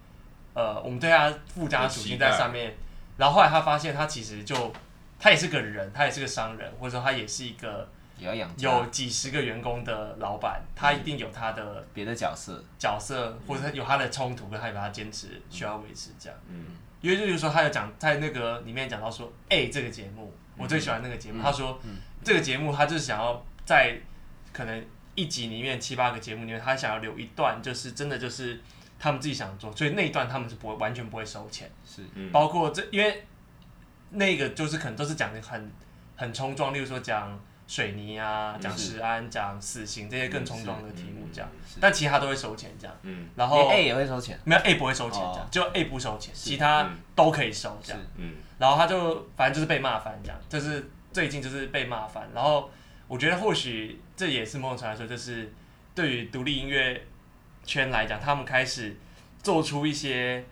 Speaker 2: 呃我们对他附加的属性在上面，然后后来他发现他其实就他也是个人，他也是个商人，或者说他也是一个
Speaker 1: 也要养家
Speaker 2: 有几十个员工的老板，他一定有他的。
Speaker 1: 别的角色，
Speaker 2: 角色
Speaker 1: 嗯
Speaker 2: 或者有他的冲突，跟他有他坚持需要维持这样。
Speaker 3: 嗯，
Speaker 2: 因为就是说，他有讲在那个里面讲到说，哎、这个节目我最喜欢那个节目。
Speaker 1: 嗯
Speaker 2: 他说、这个节目他就是想要在可能一集里面七八个节目里面，他想要留一段，就是真的就是他们自己想做，所以那一段他们是不会完全不会收钱。
Speaker 1: 是
Speaker 3: 嗯
Speaker 2: 包括这，因为那个就是可能都是讲得很很冲撞，例如说讲水泥啊，讲
Speaker 3: 是
Speaker 2: 食安，讲死刑这些更冲撞的题目这样
Speaker 1: 嗯是，
Speaker 2: 但其他都会收钱这样，
Speaker 3: 嗯
Speaker 1: 连
Speaker 2: 然后
Speaker 1: A 也会收钱，
Speaker 2: 没有 A 不会收钱这样，就 A 不收钱，其他
Speaker 3: 嗯
Speaker 2: 都可以收这
Speaker 1: 是
Speaker 2: 样，
Speaker 3: 嗯，
Speaker 2: 然后他就反正就是被骂翻这样，就是最近就是被骂翻，然后我觉得或许这也是某种程度来说，就是对于独立音乐圈来讲，他们开始做出一些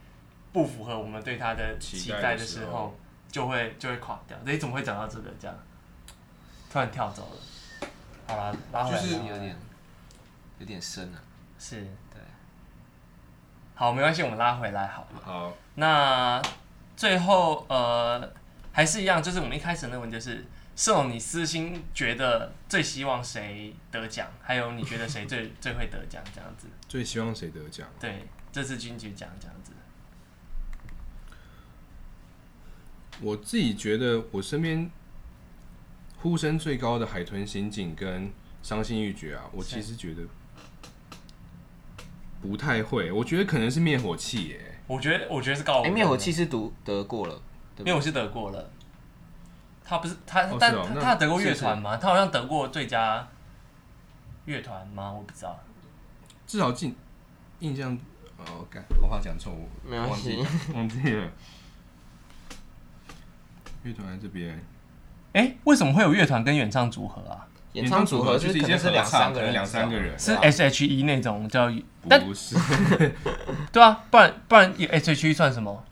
Speaker 2: 不符合我们对他的
Speaker 3: 期
Speaker 2: 期
Speaker 3: 待的
Speaker 2: 待的
Speaker 3: 时
Speaker 2: 时
Speaker 3: 候
Speaker 2: 候，就会就会垮掉。你怎么会讲到这个这样？突然跳走了。好啦，拉回来，
Speaker 3: 就是
Speaker 2: 拉回来
Speaker 1: 有点有点深啊。
Speaker 2: 是，
Speaker 1: 对。
Speaker 2: 好，没关系，我们拉回来好了。
Speaker 3: 好，
Speaker 2: 那最后呃，还是一样，就是我们一开始那个问题就是，是种你私心觉得最希望谁得奖，还有你觉得谁最最会得奖这样子。
Speaker 3: 最希望谁得奖？
Speaker 2: 对，这次金曲奖这样子。
Speaker 3: 我自己觉得我身边呼声最高的海豚刑警跟伤心欲绝啊，我其实觉得不太会，我觉得可能是灭火器耶、
Speaker 2: 我觉得我觉得是告五
Speaker 1: 哎、
Speaker 2: 人
Speaker 1: 灭火器是读得过了，对
Speaker 2: 灭
Speaker 1: 吧？
Speaker 2: 火器得过了。他不是他，
Speaker 3: 哦
Speaker 2: 但
Speaker 3: 是哦
Speaker 2: 他
Speaker 3: 那
Speaker 2: 他得过乐
Speaker 3: 是是
Speaker 2: 团吗？他好像得过最佳乐团吗？我不知道。
Speaker 3: 至少印印象哦，干，我怕讲错，我
Speaker 1: 没关系
Speaker 3: 忘记忘记了。乐团在这边，
Speaker 2: 哎、为什么会有乐团跟演唱组合啊？
Speaker 1: 演唱组合
Speaker 3: 就是
Speaker 1: 可能是
Speaker 3: 一些合
Speaker 1: 两
Speaker 3: 唱
Speaker 1: 三个
Speaker 3: 可
Speaker 1: 人，
Speaker 3: 能两三个人
Speaker 2: 是
Speaker 1: 对啊
Speaker 2: S H E 那种叫，但
Speaker 3: 不是
Speaker 2: 对啊，不然不然 S H E 算什么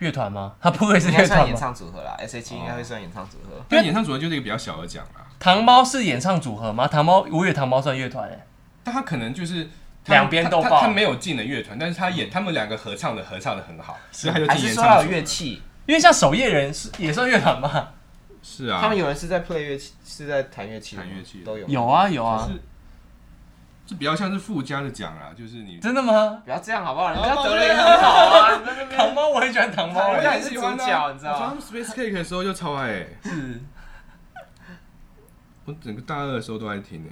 Speaker 2: 乐团吗？他不会是
Speaker 1: 应该
Speaker 2: 乐
Speaker 1: 算
Speaker 2: 团
Speaker 1: 演
Speaker 2: 吗？
Speaker 1: 唱组合啦，S H 应该会算演唱组合。
Speaker 3: 但演唱组合就是一个比较小的奖啦，
Speaker 2: 糖猫是演唱组合吗？糖猫五月糖猫算乐团哎，
Speaker 3: 但他可能就是他
Speaker 2: 两边都
Speaker 3: 他
Speaker 2: 报
Speaker 3: 他他没有进了乐团，但是他演他们两个合唱的合唱的很好，所以他就
Speaker 1: 还
Speaker 3: 进
Speaker 1: 是
Speaker 3: 演
Speaker 1: 说要
Speaker 3: 唱
Speaker 1: 有
Speaker 3: 组
Speaker 1: 乐
Speaker 3: 合。
Speaker 1: 器？
Speaker 2: 因为像守夜人是也算乐团吧？
Speaker 3: 是啊，
Speaker 1: 他们有人是在 play 乐器，是在弹乐器的吗，
Speaker 3: 弹乐器的
Speaker 1: 都有。
Speaker 2: 有，啊有啊
Speaker 3: 就，是这比较像是附加的奖啦，就是你
Speaker 2: 真的吗？
Speaker 1: 不要这样好不好？人家得了也很好啊，你在那边
Speaker 2: 糖猫我很喜欢糖猫
Speaker 1: 糖
Speaker 2: 哎
Speaker 1: 猫，人家也是主角你知道吗
Speaker 3: 我他们 Space Cake 的时候就超爱、欸，
Speaker 2: 是，
Speaker 3: 我整个大二的时候都爱听诶、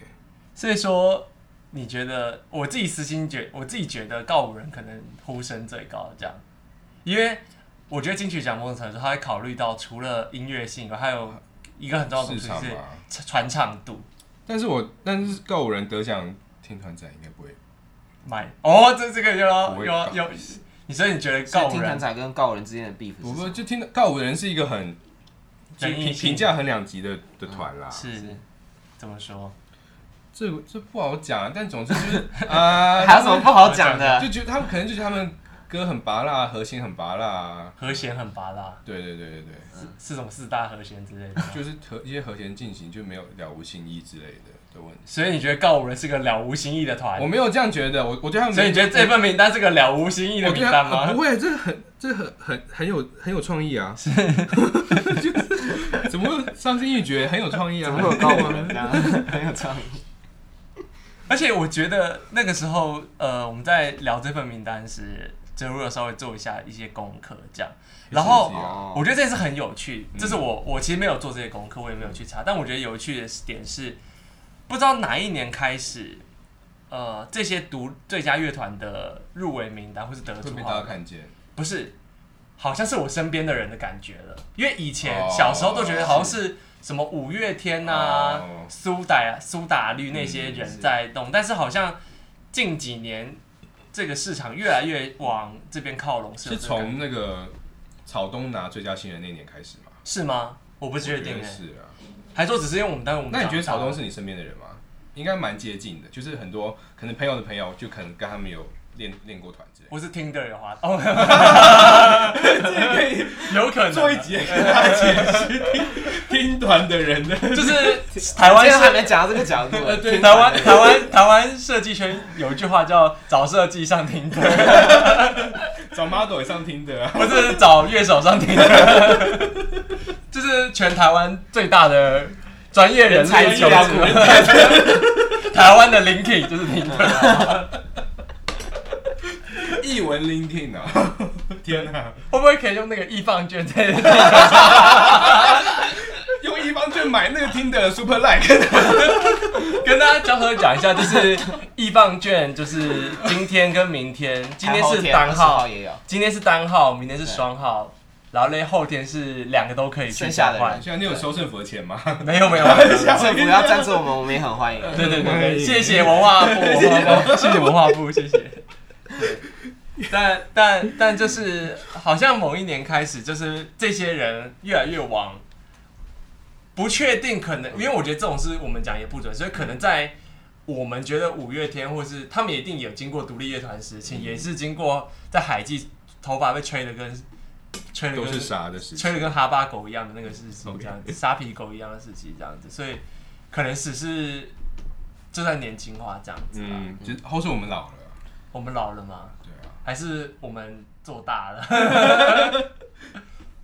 Speaker 2: 所以说你觉得我自己私心觉，我自己觉得告五人可能呼声最高这样，因为我觉得金曲奖某种程度它会考虑到除了音乐性以外，还有一个很重要的东西
Speaker 3: 市场
Speaker 2: 是
Speaker 3: 嘛。
Speaker 2: 传传唱度。
Speaker 3: 但是我但是告五人得奖，听团仔应该不会。
Speaker 2: 买哦，这这个有
Speaker 3: 不会啊
Speaker 2: 有
Speaker 3: 搞
Speaker 2: 有，你说你觉得
Speaker 1: 所以
Speaker 2: 告
Speaker 1: 听
Speaker 2: 五
Speaker 1: 团
Speaker 2: 人
Speaker 1: 仔跟告人之间的 beef
Speaker 3: 我
Speaker 1: 是什
Speaker 3: 不
Speaker 1: 么
Speaker 3: 就听到告五人是一个很就
Speaker 2: 争议
Speaker 3: 评
Speaker 2: 性
Speaker 3: 评价很两极的的团啦。
Speaker 2: 是怎么说？
Speaker 3: 这这不好讲，但总之就是啊，
Speaker 1: 还有什么不啊好讲的？
Speaker 3: 就觉得他们可能就觉得他们歌很拔辣，和弦很拔辣。啊
Speaker 2: 和弦很拔辣，
Speaker 3: 对对对对对。
Speaker 2: 是是什么四大和弦之类的？
Speaker 3: 就是和一些和弦进行就没有了无新意之类的的问题。
Speaker 2: *laughs* 所以你觉得告五人是个了无新意的团
Speaker 3: 我？没有这样觉得，我我对他们，
Speaker 2: 啊所以你觉得这份名单是个了无新意的
Speaker 3: 我
Speaker 2: 名
Speaker 3: 对
Speaker 2: 单
Speaker 3: 他呃
Speaker 2: 吗
Speaker 3: 不？会，这个很这个很很很有很有创意啊， *laughs* 就是怎么会伤心欲绝，很有创意啊，
Speaker 1: 怎么会有告我人这样？很有创意。
Speaker 2: 而且我觉得那个时候，呃，我们在聊这份名单时，就如果稍微做一下一些功课，这样，然后
Speaker 3: 也是啊
Speaker 2: 我觉得这是很有趣，这是我我其实没有做这些功课，我也没有去查，但我觉得有趣的点是，不知道哪一年开始，呃，这些独最佳乐团的入围名单或是得
Speaker 3: 会
Speaker 2: 主
Speaker 3: 被
Speaker 2: 好
Speaker 3: 大
Speaker 2: 了
Speaker 3: 家看见。
Speaker 2: 不是，好像是我身边的人的感觉了。因为以前
Speaker 3: 哦
Speaker 2: 小时候都觉得好像是什么五月天啊
Speaker 3: 哦、
Speaker 2: 苏打呀、苏打绿那些
Speaker 3: 嗯
Speaker 2: 人
Speaker 3: 是
Speaker 2: 在动，但是好像近几年这个市场越来越往这边靠拢，是有
Speaker 3: 是
Speaker 2: 这个感
Speaker 3: 从那个草东拿最佳新人那年开始吗？
Speaker 2: 是吗？我不
Speaker 3: 我
Speaker 2: 确定
Speaker 3: 觉得
Speaker 2: 哎，
Speaker 3: 是啊。
Speaker 2: 还说只是因为我们当时我们
Speaker 3: 那你觉得
Speaker 2: 长
Speaker 3: 草
Speaker 2: 大
Speaker 3: 东是你身边的人吗？应该蛮接近的，就是很多可能朋友的朋友，就可能跟他们有练练过团之类的。
Speaker 2: 我是听的有滑 *laughs* 哦，有可能啊
Speaker 3: 做一集跟大家解析听听团的人的
Speaker 2: 就是台湾
Speaker 1: 今天还
Speaker 2: 是。
Speaker 1: 没讲到这个角度，
Speaker 2: 对，台湾台湾台湾设计圈有一句话叫“找设计上听 *laughs* 歌
Speaker 3: 找 model 也上听的啊”，。
Speaker 2: 不是找乐手上听歌， *laughs* 就是全台湾最大的专业人
Speaker 1: 才
Speaker 2: 类求
Speaker 3: 啊
Speaker 1: 俱乐
Speaker 2: 职。台湾的 Linky 就是听歌，
Speaker 3: 译文 LinkedIn 啊！天哪、
Speaker 2: 会不会可以用那个易放券在？ *laughs*
Speaker 3: 用一方券买那个听的 Super Like，
Speaker 2: 跟大家交头讲一下，就是易放券，就是今天跟明天，今天是单
Speaker 1: 单
Speaker 2: 号，啊
Speaker 1: 也有，
Speaker 2: 今天是单号，明天是双号，然后嘞后天是两个都可以去
Speaker 1: 剩下的
Speaker 2: 交换
Speaker 1: 人
Speaker 3: 现在你有收政府的钱吗？
Speaker 2: 没有没有，没有 *laughs*
Speaker 1: 政府要赞助我们，我们也很欢迎。
Speaker 2: 对对对对，谢哎 *laughs* 谢文化部，文化部，谢谢文化部，谢谢。对但但但就是好像某一年开始，就是这些人越来越往不确定，可能因为我觉得这种事我们讲也不准，所以可能在我们觉得五月天或是他们一定有经过独立乐团时期，也是经过在海记头发被吹的跟吹
Speaker 3: *laughs*
Speaker 2: 的
Speaker 3: 都
Speaker 2: 跟
Speaker 3: 是傻的事
Speaker 2: 吹
Speaker 3: 情。
Speaker 2: 的跟哈巴狗一样的那个事情，这样子沙皮狗一样的事情，这样子，所以可能只是就在年轻化这样子吧。
Speaker 1: 嗯
Speaker 3: 啊嗯，就是后是我们老了，
Speaker 2: 我们老了吗？
Speaker 3: 对啊，
Speaker 2: 还是我们做
Speaker 1: 啊
Speaker 2: 大了？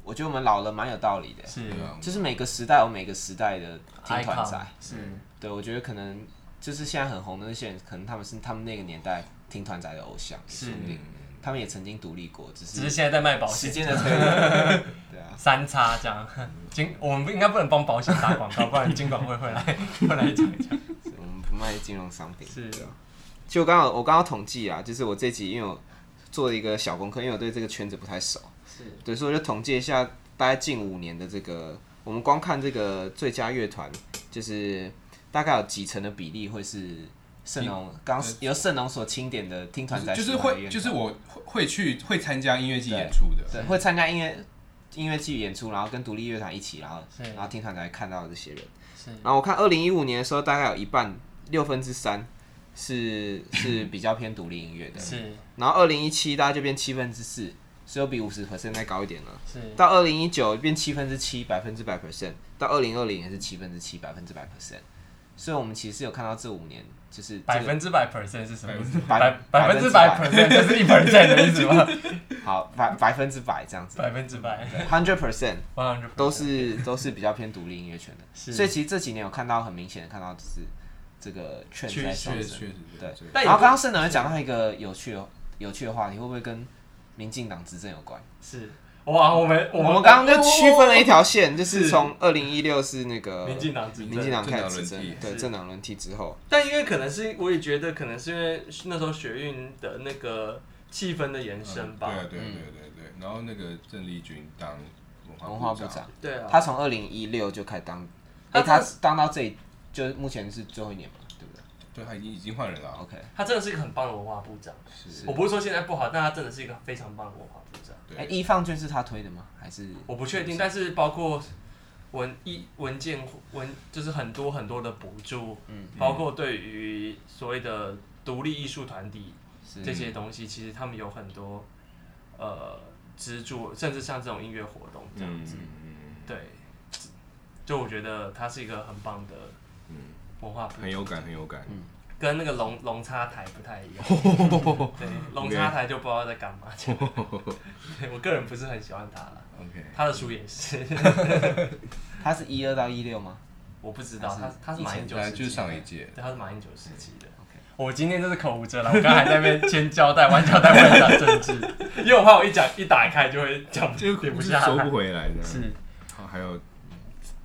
Speaker 1: 我觉得我们老了蛮有道理的，
Speaker 2: 是
Speaker 3: 对啊，
Speaker 1: 就是每个时代有每个时代的听团
Speaker 2: icon
Speaker 1: 仔，
Speaker 2: 是
Speaker 1: 对啊我觉得可能就是现在很红的那些人，可能他们是他们那个年代听团仔的偶像，
Speaker 2: 是，
Speaker 3: 嗯，
Speaker 1: 他们也曾经独立过，只
Speaker 2: 只是
Speaker 1: 是
Speaker 2: 现在在卖保
Speaker 1: 时间
Speaker 2: 险，
Speaker 1: 的嗯推移，对啊，
Speaker 2: 三叉这样。金，我们不应该不能帮保险打广告，不然金管会会
Speaker 1: *laughs*
Speaker 2: 来会来讲一讲。
Speaker 1: 所以我们不卖金融商品。
Speaker 2: *laughs* 是
Speaker 1: 就我刚刚我刚刚统计啊，就是我这集因为我做了一个小功课，因为我对这个圈子不太熟，
Speaker 2: 是，
Speaker 1: 对，所以我就统计一下大概近五年的这个，我们光看这个最佳乐团，就是大概有几成的比例会是盛隆刚由盛隆所钦点的听团仔
Speaker 3: 呃就是
Speaker 1: 喜欢的
Speaker 3: 会，
Speaker 1: 乐团，
Speaker 3: 就是我会会去会参加音乐季演出的，
Speaker 1: 对会参加音乐音乐剧演出，然后跟独立乐团一起，然后
Speaker 2: 是
Speaker 1: 然后听团仔看到的这些人。
Speaker 2: 是
Speaker 1: 然后我看二零一五年的时候，大概有一半六分之三是是比较偏独立音乐的，
Speaker 3: 嗯
Speaker 2: 是
Speaker 1: 然后二零一七大概就变七分之四，所以又比五十 percent 再高一点了。
Speaker 2: 是
Speaker 1: 到二零一九变七分之七，百分之百 percent，到二零二零也是七分之七，百分之百 percent。所以我们其实有看到这五年就是、这个
Speaker 2: 百分之百 percent 是什么意思？
Speaker 1: 百
Speaker 2: 百
Speaker 1: 百分
Speaker 2: 百分
Speaker 1: 之
Speaker 2: 之
Speaker 1: 百
Speaker 2: 百 percent 就是一 percent 的意思
Speaker 1: *laughs*
Speaker 2: 吗？
Speaker 1: 好百百分之百这样子
Speaker 2: 百分之百
Speaker 1: ，hundred percent
Speaker 2: ，one hundred
Speaker 1: 都是都是比较偏独立音乐圈的。
Speaker 2: 是
Speaker 1: 所以其实这几年有看到很明显的看到就是这个圈
Speaker 2: 趋
Speaker 1: 在上
Speaker 3: 确
Speaker 1: 升。
Speaker 3: 确实
Speaker 1: 对
Speaker 3: 这，个
Speaker 1: 然
Speaker 2: 但也
Speaker 1: 后
Speaker 2: 不
Speaker 1: 刚刚盛能讲到一个有趣的有趣的话题，会不会跟民进党执政有关？
Speaker 2: 是哇，我们哦
Speaker 1: 我
Speaker 2: 我
Speaker 1: 们
Speaker 2: 们
Speaker 1: 刚刚就区分了一条线，就是是从二零一六是那个
Speaker 2: 民进党执政
Speaker 1: 民进党开始执政
Speaker 3: 政党轮，替
Speaker 1: 对
Speaker 2: 是
Speaker 1: 政党轮替之后，
Speaker 2: 但因为可能是，我也觉得可能是因为那时候学运的那个气氛的延伸吧。
Speaker 3: 对啊对啊对啊对啊对啊，然后那个郑丽君当
Speaker 1: 文
Speaker 3: 文
Speaker 1: 化
Speaker 3: 化
Speaker 1: 部
Speaker 3: 长，
Speaker 1: 长，
Speaker 2: 对啊，
Speaker 1: 他从二零一六就开始当，
Speaker 2: 他
Speaker 1: 哎，他当到这就是目前是最后一年嘛，对不对
Speaker 3: 对他已经已经换人了啊，
Speaker 1: ？OK，
Speaker 2: 他真的是一个很棒的文化部长。
Speaker 3: 是
Speaker 1: 是
Speaker 2: 我不是说现在不好，但他真的是一个非常棒的文化部长。
Speaker 1: 哎，
Speaker 3: 对，嗯
Speaker 1: 一放券是他推的吗？还是
Speaker 2: 我不确定，但是包括文一文件文就是很多很多的补助，嗯，包括对于所谓的独立艺术团体
Speaker 3: 嗯
Speaker 1: 是
Speaker 2: 这些东西，其实他们有很多呃资助，甚至像这种音乐活动这样。
Speaker 3: 嗯
Speaker 2: 对，就我觉得他是一个很棒的
Speaker 3: 嗯
Speaker 2: 文化部
Speaker 3: 很有感很有感，
Speaker 2: 跟那个龙龙叉台不太一样。对，龙叉台就不知道在干嘛。这样 *laughs* 对我个人不是很喜欢他了，
Speaker 3: *laughs* OK，
Speaker 2: 他的书也
Speaker 3: *laughs*
Speaker 2: 是，
Speaker 1: 他是一二到一六吗？
Speaker 2: 我不知道
Speaker 1: 还
Speaker 2: 他
Speaker 1: 是
Speaker 2: 他是马英九
Speaker 3: 本来
Speaker 2: 时
Speaker 3: 就是
Speaker 2: 期
Speaker 3: 上一
Speaker 2: 的，
Speaker 3: 届，
Speaker 2: 对，他是马英九时期的。
Speaker 1: OK
Speaker 2: 我今天真是口无遮拦，我刚才还在那边先交代完交代完讲政治，
Speaker 3: *laughs*
Speaker 2: 因为我怕我一讲一打开就会讲
Speaker 3: 这
Speaker 2: 点不
Speaker 3: 是
Speaker 2: 下
Speaker 3: 收
Speaker 2: 来
Speaker 3: 不。回来的，
Speaker 2: 是
Speaker 3: 好，还有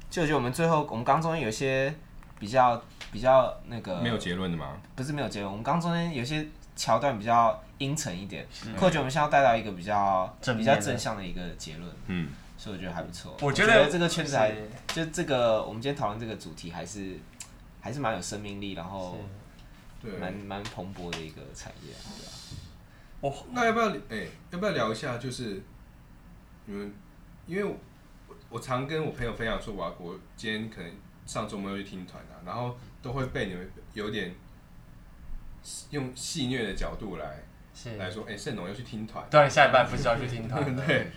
Speaker 1: 就我觉得我们最后我们刚中间有一些比较比较那个
Speaker 3: 没有结论的吗？
Speaker 1: 不是没有结论，我们刚中间有些桥段比较阴沉一点，或者我们现在要带到一个比较
Speaker 2: 正
Speaker 1: 比
Speaker 2: 面
Speaker 1: 较
Speaker 2: 的
Speaker 1: 正向的一个结论，
Speaker 3: 嗯，
Speaker 1: 所以我觉得还不错。
Speaker 2: 我觉
Speaker 1: 觉
Speaker 2: 得
Speaker 1: 这个圈子还
Speaker 2: 是
Speaker 1: 就这个，我们今天讨论这个主题还是还是蛮有生命力，然后
Speaker 3: 对，
Speaker 1: 蛮蛮蓬勃的一个产业啊。对啊
Speaker 3: 那要不要哎、要不要聊一下？就是你们，因为我我常跟我朋友分享说，我要我今天可能上周末要去听团啊，然后都会被你们有点用戏谑的角度来
Speaker 2: 是，
Speaker 3: 来说，哎、盛农要去听团，
Speaker 2: 对啊，你下一半不是要去听
Speaker 1: *laughs*
Speaker 2: 他的？
Speaker 3: *laughs* 对。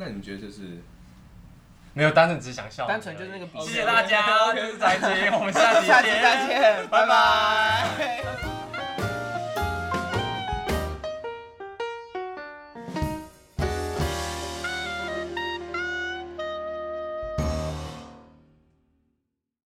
Speaker 3: 那你觉得这是
Speaker 2: 没有，单纯只想笑，
Speaker 1: 单纯就是那个比喻 *laughs*
Speaker 2: 谢谢大家，我是宅姐，我们下集
Speaker 1: 下期再见，
Speaker 2: 拜
Speaker 1: 拜
Speaker 2: 拜
Speaker 1: 拜。